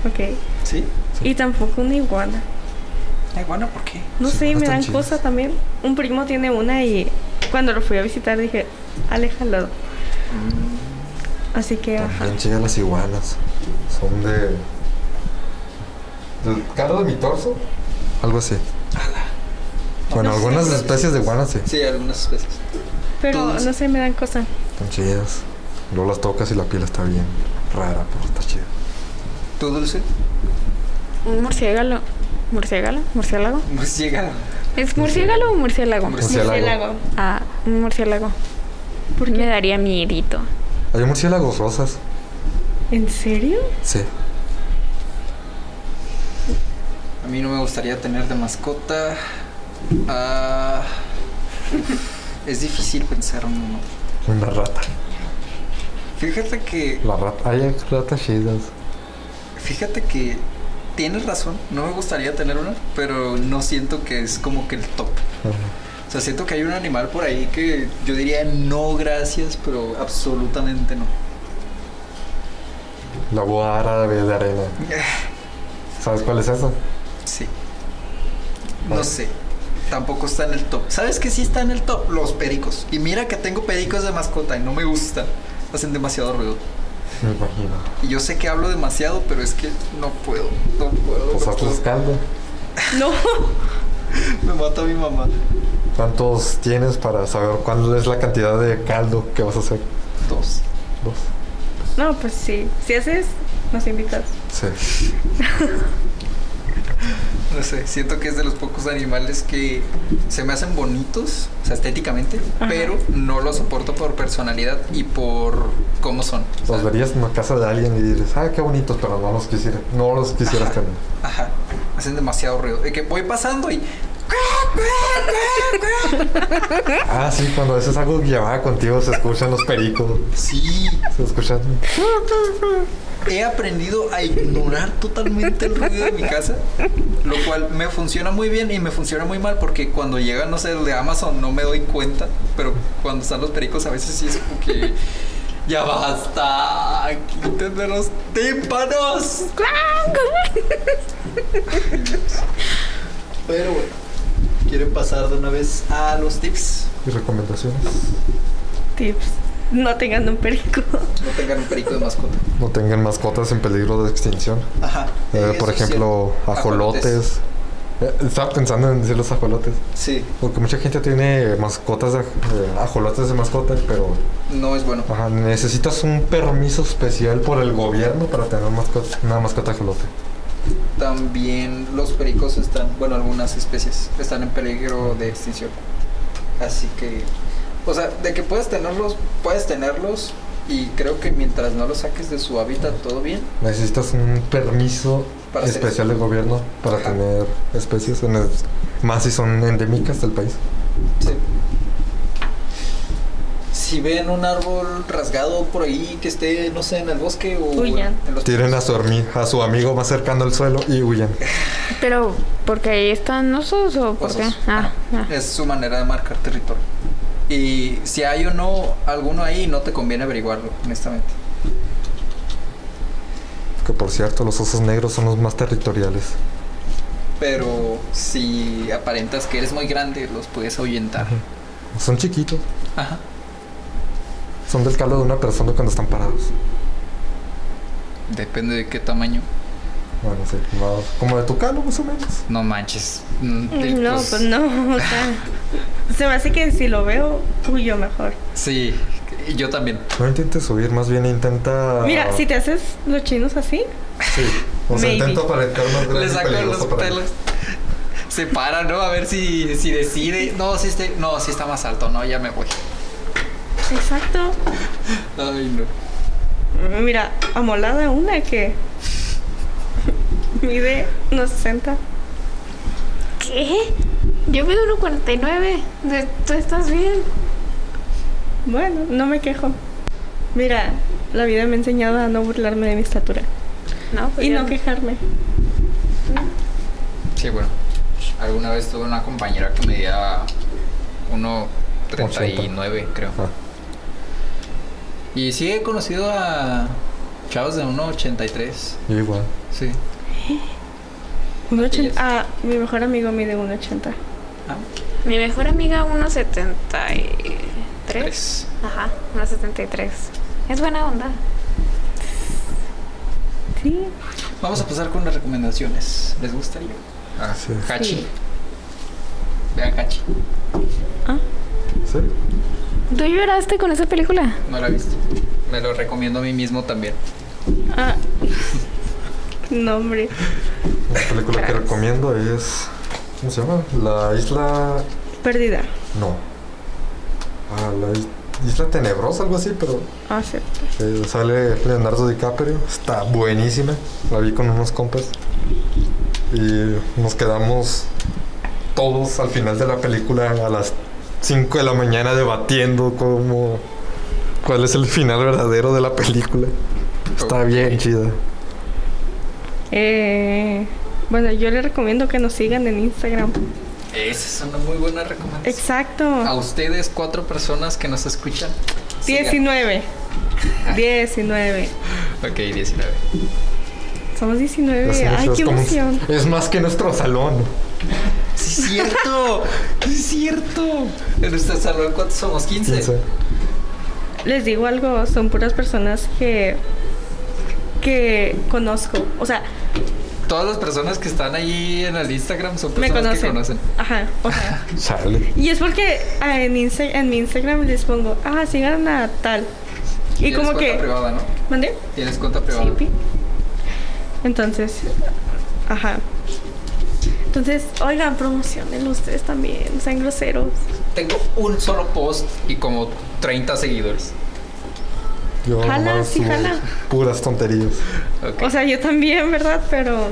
Speaker 4: Ok.
Speaker 2: ¿Sí?
Speaker 4: Y tampoco una iguana.
Speaker 2: Ay, bueno, ¿por qué?
Speaker 4: No
Speaker 3: Sí,
Speaker 4: sé,
Speaker 3: no
Speaker 4: me
Speaker 3: están
Speaker 4: dan
Speaker 3: chidas.
Speaker 4: cosa también. Un primo tiene una y cuando lo fui a visitar dije, aléjalo. Así que, ajá.
Speaker 3: También llegan las iguanas. Son de. del caldo de mi torso. Algo así. Bueno,
Speaker 4: No sé,
Speaker 3: algunas
Speaker 4: pero-
Speaker 3: especies de iguanas sí.
Speaker 2: Sí, algunas especies.
Speaker 4: Pero
Speaker 2: Todos.
Speaker 4: no sé, me dan cosa.
Speaker 3: Están chidas. Luego las tocas y la piel está bien rara, pero está chida.
Speaker 2: ¿Tú, Dulce?
Speaker 5: Un murciélago. ¿Murciélago? ¿Murciélago?
Speaker 2: Pues llega.
Speaker 5: ¿Es murciélago o murciélago?
Speaker 3: Murciélago.
Speaker 4: Murciélago.
Speaker 5: Ah, un murciélago.
Speaker 4: ¿Por
Speaker 5: Me
Speaker 4: qué?
Speaker 5: daría miedito.
Speaker 3: Hay murciélagos rosas.
Speaker 4: ¿En serio? (laughs)
Speaker 3: Sí.
Speaker 2: A mí no me gustaría tener de mascota. Ah, uf, es difícil pensar en uno.
Speaker 3: Una rata.
Speaker 2: Fíjate que.
Speaker 3: La rata. Hay ratas chidas.
Speaker 2: Fíjate que. Tienes razón, no me gustaría tener una, pero no siento que es como que el top.
Speaker 3: Ajá.
Speaker 2: O sea, siento que hay un animal por ahí que yo diría no gracias, pero absolutamente no.
Speaker 3: La boa árabe de arena. ¿Sabes cuál es esa?
Speaker 2: Sí. No sé. Tampoco está en el top. ¿Sabes qué sí está en el top? Los pericos. Y mira que tengo pericos de mascota y no me gusta. Hacen demasiado ruido.
Speaker 3: Me imagino.
Speaker 2: Y yo sé que hablo demasiado, pero es que no puedo. No puedo.
Speaker 3: Los
Speaker 2: no
Speaker 3: haces
Speaker 2: puedo.
Speaker 3: Pues, caldo.
Speaker 4: No.
Speaker 2: Me mata mi mamá.
Speaker 3: ¿Cuántos tienes para saber cuál es la cantidad de caldo que vas a hacer?
Speaker 2: Dos.
Speaker 3: Dos.
Speaker 4: No, pues sí. Si haces, nos invitas.
Speaker 3: Sí.
Speaker 2: No sé. Siento que es de los pocos animales que se me hacen bonitos, o sea, estéticamente,
Speaker 4: Ajá.
Speaker 2: pero no los soporto por personalidad y por cómo son. O sea,
Speaker 3: Los verías en la casa de alguien y dirías, ah, qué bonitos, pero no los quisiera, no los quisieras
Speaker 2: Ajá.
Speaker 3: tener.
Speaker 2: Ajá. Hacen demasiado ruido. De que voy pasando y.
Speaker 3: Ah, sí, cuando haces algo que llevaba contigo se escuchan los pericos.
Speaker 2: Sí.
Speaker 3: Se escuchan.
Speaker 2: He aprendido a ignorar totalmente el ruido de mi casa, lo cual me funciona muy bien y me funciona muy mal porque cuando llega, no sé, el de Amazon no me doy cuenta, pero cuando están los pericos a veces sí es como que ya basta, quítenme los tímpanos. Pero bueno, quieren pasar de una vez a los tips.
Speaker 3: ¿Y recomendaciones?
Speaker 4: Tips. No tengan un perico.
Speaker 2: No tengan un perico de mascota.
Speaker 3: No tengan mascotas en peligro de extinción.
Speaker 2: Ajá.
Speaker 3: Eh,
Speaker 2: eso
Speaker 3: por
Speaker 2: es
Speaker 3: ejemplo,
Speaker 2: cierto.
Speaker 3: ajolotes. Eh, estaba pensando en decir los ajolotes.
Speaker 2: Sí,
Speaker 3: Porque mucha gente tiene mascotas, de aj- eh, ajolotes de mascotas, pero
Speaker 2: no es bueno.
Speaker 3: Ajá, necesitas un permiso especial por el gobierno para tener mascota, una mascota jolote.
Speaker 2: También los pericos están, bueno, algunas especies están en peligro de extinción. Así que, o sea, de que puedes tenerlos, puedes tenerlos y creo que mientras no los saques de su hábitat, todo bien.
Speaker 3: Necesitas un permiso
Speaker 2: Para hacer
Speaker 3: especial del gobierno para
Speaker 2: Ajá.
Speaker 3: tener especies, en el- más si son endémicas del país.
Speaker 2: Sí. Si ven un árbol rasgado por ahí que esté, no sé, en el bosque o
Speaker 4: Huyan.
Speaker 2: en los...
Speaker 3: Tiren a su, hormi- a su amigo más cercano al suelo y huyan.
Speaker 5: Pero, ¿porque ahí están osos o por qué?
Speaker 2: Osos.
Speaker 5: Ah, ah.
Speaker 2: Es su manera de marcar territorio. Y si hay o no alguno ahí, no te conviene averiguarlo, honestamente.
Speaker 3: Que por cierto, los osos negros son los más territoriales.
Speaker 2: Pero si aparentas que eres muy grande, los puedes ahuyentar.
Speaker 3: Son chiquitos,
Speaker 2: Ajá.
Speaker 3: son del caldo de una persona cuando están parados.
Speaker 2: Depende de qué tamaño.
Speaker 3: Bueno, sí, más- como de tu calo más o menos.
Speaker 2: No manches. Mm, de-
Speaker 4: No, pues no. O sea, se me hace que si lo veo, huyo mejor.
Speaker 2: Sí, y yo también.
Speaker 3: No intentes subir, más bien intenta...
Speaker 4: Mira, si te haces los chinos así,
Speaker 3: Sí, o sea,
Speaker 4: Maybe.
Speaker 3: intento aparentar más grande
Speaker 2: Le
Speaker 3: y
Speaker 2: saco los
Speaker 3: (laughs) peligroso para mí.
Speaker 2: pelos. se para, ¿no? A ver si, si decide. No, si este, no, si está más alto, no, ya me voy.
Speaker 4: Exacto.
Speaker 2: Ay, no.
Speaker 4: Mira, amolada una que mide unos 60.
Speaker 5: ¿Qué? Yo mido 1.49. De- ¿Tú estás bien?
Speaker 4: Bueno, no me quejo. Mira, la vida me ha enseñado a no burlarme de mi estatura
Speaker 5: No, pues
Speaker 4: y
Speaker 5: yo-
Speaker 4: no quejarme.
Speaker 2: Sí, bueno. Alguna vez tuve una compañera que medía 1.39, creo.
Speaker 3: Ah.
Speaker 2: Y sí he conocido a chavos de 1.83.
Speaker 3: Yo igual.
Speaker 2: Sí.
Speaker 4: Un
Speaker 2: Sí,
Speaker 4: ochen-
Speaker 2: es.
Speaker 4: Ah, mi mejor amigo mide 1,80.
Speaker 2: Ah,
Speaker 5: Mi mejor amiga 1.73.
Speaker 2: tres.
Speaker 5: Ajá, 1.73. Es buena onda.
Speaker 4: Sí.
Speaker 2: Vamos a pasar con las recomendaciones. ¿Les gustaría? Ah,
Speaker 3: Sí.
Speaker 2: Hachi.
Speaker 4: Sí.
Speaker 2: Vean Hachi.
Speaker 3: ¿Sí?
Speaker 5: ¿Tú lloraste con esa película?
Speaker 2: No la he visto. Me lo recomiendo a mí mismo también.
Speaker 4: Ah. (laughs) No, hombre.
Speaker 3: La película que recomiendo es. ¿Cómo se llama? La isla.
Speaker 4: Pérdida.
Speaker 3: No. Ah, la is- isla tenebrosa, algo así, pero.
Speaker 4: Ah, sí.
Speaker 3: eh, sale Leonardo DiCaprio. Está buenísima. La vi con unos compas. Y nos quedamos todos al final de la película a las 5 de la mañana debatiendo cómo. cuál es el final verdadero de la película. Está bien chida.
Speaker 4: Eh, bueno, yo le recomiendo que nos sigan en Instagram.
Speaker 2: Esa es una muy buena recomendación.
Speaker 4: Exacto.
Speaker 2: A ustedes, cuatro personas que nos escuchan. Ah, sigan. Ah.
Speaker 4: 19. 19.
Speaker 2: Ok, 19.
Speaker 4: Somos 19.
Speaker 3: Los
Speaker 4: Eh, Ay,
Speaker 3: inicios
Speaker 4: qué
Speaker 3: como-
Speaker 4: emoción.
Speaker 3: Es más que nuestro salón.
Speaker 2: ¡Sí, es cierto! ¡Sí, es cierto! En nuestro salón, ¿cuántos somos? 15.
Speaker 3: 15.
Speaker 4: Les digo algo, son puras personas que que conozco. O sea,
Speaker 2: Todas las personas que están ahí en el Instagram son
Speaker 4: me
Speaker 2: personas
Speaker 4: conocen.
Speaker 2: que conocen.
Speaker 4: Ajá. O
Speaker 2: (laughs)
Speaker 4: sea,
Speaker 3: Sale.
Speaker 4: y es porque ah, en, Insta- en mi Instagram les pongo, ah, sigan a tal. Y
Speaker 2: Tienes
Speaker 4: como
Speaker 2: cuenta
Speaker 4: que.
Speaker 2: privada, ¿no?
Speaker 4: ¿Mandé?
Speaker 2: Tienes cuenta privada.
Speaker 4: Sí, pi. Entonces, ajá. Entonces, oigan, promocionen ustedes también, no sean groseros.
Speaker 2: Tengo un solo post y como 30 seguidores.
Speaker 3: Yo
Speaker 4: Jala,
Speaker 3: nomás
Speaker 4: sí,
Speaker 3: subo
Speaker 4: jala.
Speaker 3: Puras tonterías.
Speaker 2: Ok.
Speaker 4: O sea, yo también, ¿verdad? Pero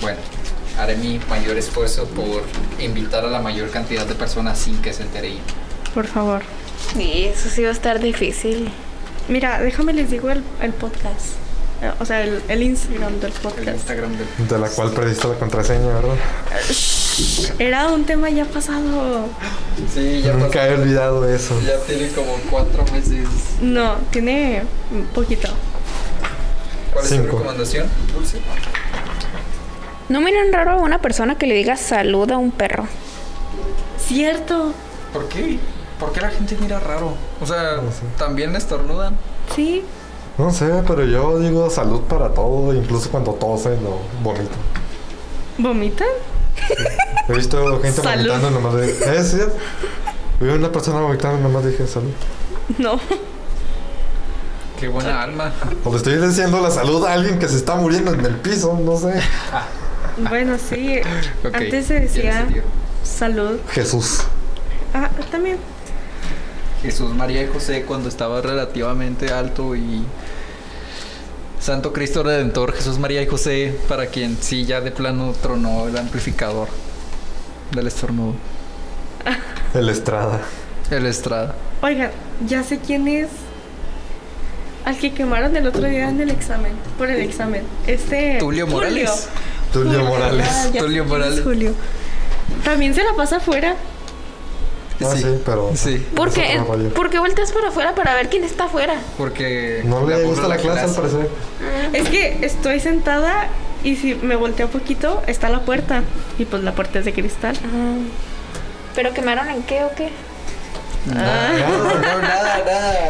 Speaker 2: Bueno, haré mi mayor esfuerzo por invitar a la mayor cantidad de personas sin que se enteren.
Speaker 4: Por favor.
Speaker 5: Sí, eso sí va a estar difícil.
Speaker 4: Mira, déjame les digo el, el podcast. Eh, O sea, el, el Instagram del
Speaker 2: El
Speaker 4: podcast.
Speaker 2: Instagram del...
Speaker 3: De la cual perdiste la contraseña, ¿verdad?
Speaker 4: Era un tema ya pasado.
Speaker 2: Sí, ya, pasó.
Speaker 3: Nunca he olvidado eso.
Speaker 2: ya tiene como cuatro meses.
Speaker 4: No, tiene un poquito.
Speaker 2: ¿Cuál es tu
Speaker 3: Cinco.
Speaker 2: recomendación, Dulce?
Speaker 1: No miren raro a una persona que le diga salud a un perro.
Speaker 4: Cierto.
Speaker 2: ¿Por qué? ¿Por qué la gente mira raro? O sea,
Speaker 3: No sé.
Speaker 2: también estornudan.
Speaker 4: Sí.
Speaker 3: No sé, pero yo digo salud para todo, incluso cuando tosen o vomito.
Speaker 4: ¿Vomitan? (laughs)
Speaker 3: He visto gente
Speaker 4: Salud.
Speaker 3: vomitando nomás de. ¿Eh, sí? Vi una persona vomitando nomás dije salud.
Speaker 4: No.
Speaker 2: Qué
Speaker 4: Ah.
Speaker 2: buena
Speaker 4: (laughs)
Speaker 2: alma.
Speaker 3: O le estoy diciendo la salud a alguien que se está muriendo en el piso, no sé.
Speaker 4: Bueno, sí.
Speaker 2: (laughs) Ok,
Speaker 4: Antes se
Speaker 2: tiene
Speaker 4: decía
Speaker 2: sentido.
Speaker 4: salud.
Speaker 3: Jesús.
Speaker 4: Ah, también.
Speaker 2: Jesús María y José cuando estaba relativamente alto y Santo Cristo Redentor, Jesús María y José, para quien sí ya de plano tronó el amplificador del estornudo.
Speaker 3: El Estrada.
Speaker 2: El Estrada.
Speaker 4: Oigan, ya sé quién es. Al que quemaron el otro día en el examen. Por el examen. Este.
Speaker 2: Tulio Morales.
Speaker 3: Ah, Tulio Morales.
Speaker 4: Ah, ya sé
Speaker 2: Tulio
Speaker 4: quién es
Speaker 2: Morales.
Speaker 4: Julio. También se la pasa afuera.
Speaker 3: Ah, sí, pero.
Speaker 2: Sí,
Speaker 5: ¿Por
Speaker 3: Es
Speaker 5: qué,
Speaker 3: otro rollo.
Speaker 5: ¿Por qué volteas para afuera para ver quién está afuera?
Speaker 2: porque...
Speaker 3: No
Speaker 2: le
Speaker 3: le
Speaker 2: aburre
Speaker 3: gusta la clase al parecer.
Speaker 4: Es que estoy sentada y si me volteo poquito está la puerta. Y pues la puerta es de cristal.
Speaker 5: ¿Pero quemaron en qué o qué?
Speaker 2: No, no, no, nada, nada.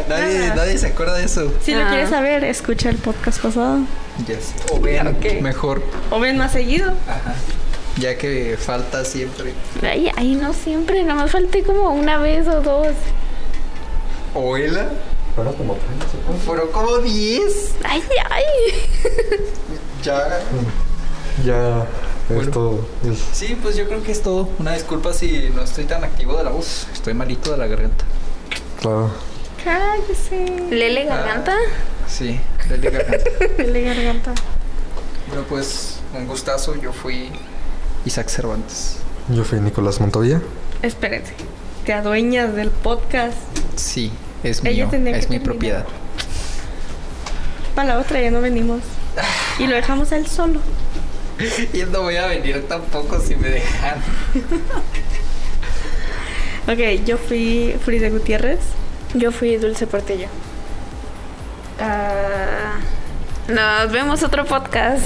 Speaker 2: Nadie,
Speaker 4: Ah. Nada.
Speaker 2: nadie se acuerda de eso.
Speaker 4: Si lo
Speaker 5: Ah.
Speaker 4: quieres saber, escucha el podcast pasado.
Speaker 2: Yes. O vean,
Speaker 4: Ok.
Speaker 2: mejor.
Speaker 4: O ven más seguido.
Speaker 2: Ajá. Ya que falta siempre.
Speaker 5: Ay, ay, no siempre, nada más falté como una vez o dos.
Speaker 2: ¿O ella?
Speaker 3: Fueron como tres, supongo.
Speaker 2: Fueron como 10.
Speaker 5: Ay, ay.
Speaker 2: Ya.
Speaker 3: Ya
Speaker 2: Bueno.
Speaker 3: Es todo. Es-
Speaker 2: Sí, pues yo creo que es todo. Una disculpa si no estoy tan activo de la voz. Estoy malito de la garganta.
Speaker 3: claro.
Speaker 4: Cállese.
Speaker 5: (laughs) Lele Garganta.
Speaker 2: Sí, de
Speaker 4: (laughs)
Speaker 2: garganta.
Speaker 4: Dele garganta.
Speaker 2: Bueno, pues un gustazo. Yo fui Isaac Cervantes.
Speaker 3: Yo fui Nicolás Montovilla.
Speaker 4: Espérense. Te adueñas del podcast.
Speaker 2: Sí, es
Speaker 4: Ella
Speaker 2: mío.
Speaker 4: tenía
Speaker 2: Es
Speaker 4: que
Speaker 2: mi
Speaker 4: terminar.
Speaker 2: propiedad. (laughs)
Speaker 4: Para la otra ya no venimos. Y lo dejamos a él solo.
Speaker 2: Y no voy a venir tampoco si me dejan.
Speaker 4: Ok, yo fui Frida Gutiérrez.
Speaker 5: Yo fui Dulce Portillo.
Speaker 4: Ah,
Speaker 5: Nos vemos otro podcast.